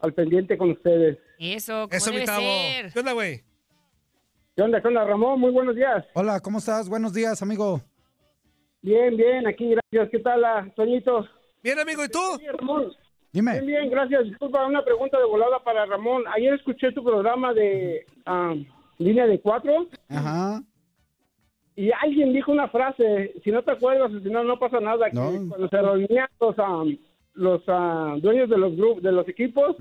Speaker 10: al pendiente con ustedes.
Speaker 4: Eso, ¿cómo
Speaker 3: Eso, mi
Speaker 4: debe
Speaker 3: Tavo.
Speaker 4: ser?
Speaker 3: ¿Qué onda, güey?
Speaker 10: ¿Qué onda, qué onda, Ramón? Muy buenos días.
Speaker 5: Hola, ¿cómo estás? Buenos días, amigo.
Speaker 10: Bien, bien, aquí, gracias. ¿Qué tal, ah, Toñito?
Speaker 3: Bien, amigo, ¿y tú?
Speaker 10: Oye, Ramón.
Speaker 5: Dime.
Speaker 10: Bien, bien, gracias. Disculpa, una pregunta de volada para Ramón. Ayer escuché tu programa de ah, Línea de Cuatro
Speaker 5: Ajá.
Speaker 10: y alguien dijo una frase, si no te acuerdas, si no, no pasa nada, que
Speaker 5: No.
Speaker 10: cuando se reunían los, ah, los ah, dueños de los, gru- de los equipos,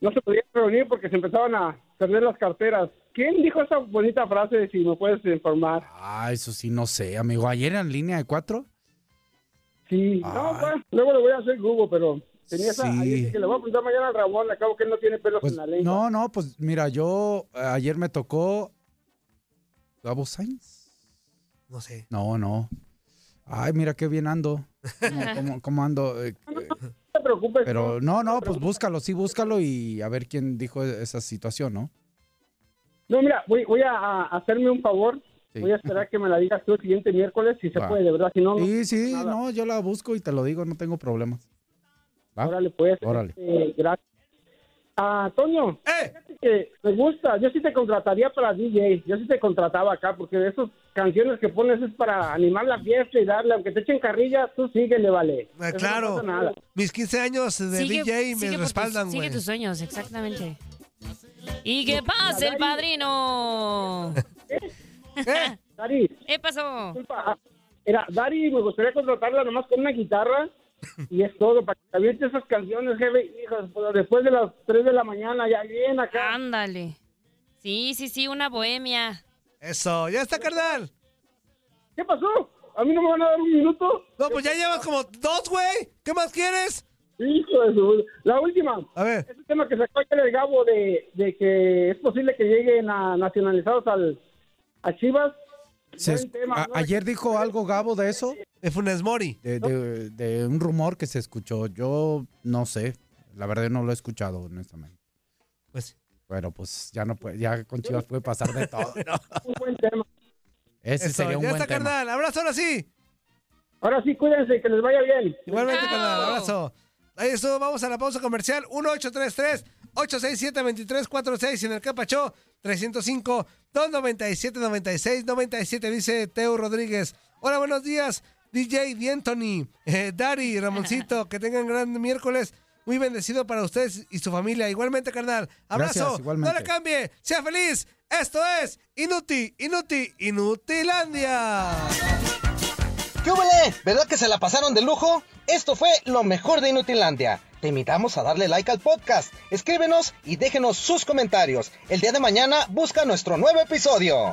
Speaker 10: no se podían reunir porque se empezaban a perder las carteras. ¿Quién dijo esa bonita frase, si me puedes informar?
Speaker 5: Ah, eso sí, no sé, amigo. ¿Ayer en línea de cuatro? Ah.
Speaker 10: Sí. No, pues, luego le voy a hacer Google, pero tenía esa...
Speaker 5: Sí. Pues,
Speaker 10: ahí sí que le voy a preguntar mañana al Ramón, acabo que él no tiene pelos en la lengua.
Speaker 5: No, no, pues mira, yo eh, ayer me tocó. ¿Gabo Sainz?
Speaker 3: No sé.
Speaker 5: No, no. Ay, mira qué bien ando. ¿Cómo, cómo- cómo ando? eh,
Speaker 10: No te preocupes.
Speaker 5: Pero no, no, pues búscalo, sí, búscalo y a ver quién dijo e, esa situación, ¿no?
Speaker 10: No, mira, voy, voy a, a hacerme un favor.
Speaker 5: Sí.
Speaker 10: Voy a esperar que me la digas tú el siguiente miércoles, si se
Speaker 5: Va.
Speaker 10: puede, Pues, de verdad. Si no, no
Speaker 5: Sí, sí,
Speaker 10: nada.
Speaker 5: no, yo la busco y te lo digo, no tengo problemas. ¿Va?
Speaker 10: Órale, pues.
Speaker 5: Órale.
Speaker 10: este, gracias. Ah, Toño, fíjate que me gusta. Yo sí te contrataría para DJ. Yo sí te contrataba acá, porque de esas canciones que pones es para animar la fiesta y darle, aunque te echen carrilla, tú síguele, vale.
Speaker 3: Ah,
Speaker 10: Eso no
Speaker 3: claro.
Speaker 10: pasa nada.
Speaker 3: Mis 15 años de
Speaker 4: Sigue-
Speaker 3: DJ
Speaker 4: sigue
Speaker 3: me
Speaker 4: por tus-
Speaker 3: respaldan,
Speaker 4: Sigue
Speaker 3: güey.
Speaker 4: tus sueños, exactamente. Y que pase el padrino.
Speaker 10: Dari,
Speaker 4: ¿Qué pasó?
Speaker 10: disculpa. Mira, Dari, me gustaría contratarla nomás con una guitarra y es todo, para que te aviente esas canciones, jefe. Hijas, pero después de las 3 de la mañana, ya bien acá.
Speaker 4: Ándale. Sí, sí, sí, una bohemia.
Speaker 3: Eso, ya está, carnal.
Speaker 10: ¿Qué pasó? ¿A mí no me van a dar un minuto?
Speaker 3: No, pues ya llevas como dos, güey. ¿Qué más quieres?
Speaker 10: Hijo de su- La última.
Speaker 3: A ver.
Speaker 10: Este tema que sacó ayer el Gabo de, de que es posible que lleguen a nacionalizados al, a Chivas.
Speaker 5: Se-
Speaker 10: Buen tema,
Speaker 3: ah,
Speaker 5: a-
Speaker 10: ¿no?
Speaker 5: ayer dijo algo Gabo de eso,
Speaker 3: De Funes Mori.
Speaker 5: de, de- de un rumor que se escuchó. Yo no sé, la verdad no lo he escuchado, honestamente.
Speaker 3: Pues,
Speaker 5: Bueno, pues ya no puede, ya con Chivas puede pasar de todo. ¿no?
Speaker 10: Un buen tema.
Speaker 5: Ese
Speaker 3: eso,
Speaker 5: sería un
Speaker 3: ya
Speaker 5: buen
Speaker 3: está,
Speaker 5: tema.
Speaker 3: carnal. Abrazo ahora sí.
Speaker 10: Ahora sí, cuídense, que les vaya bien.
Speaker 3: Igualmente,
Speaker 4: Chao.
Speaker 3: carnal, abrazo. Ahí estuvo, vamos a la pausa comercial. 1833-867-2346 en el Capachó 305-297-96-97, dice Teo Rodríguez. Hola, buenos días, DJ D'Antoni, eh, Dari, Ramoncito, que tengan gran miércoles. Muy bendecido para ustedes y su familia. Igualmente, carnal. Abrazo.
Speaker 5: Gracias, igualmente.
Speaker 3: No le cambie. Sea feliz. Esto es Inuti, Inuti, Inutilandia.
Speaker 16: ¿Qué hubole? ¿Verdad que se la pasaron de lujo? Esto fue lo mejor de Inutilandia. Te invitamos a darle like al podcast, escríbenos y déjenos sus comentarios. El día de mañana busca nuestro nuevo episodio.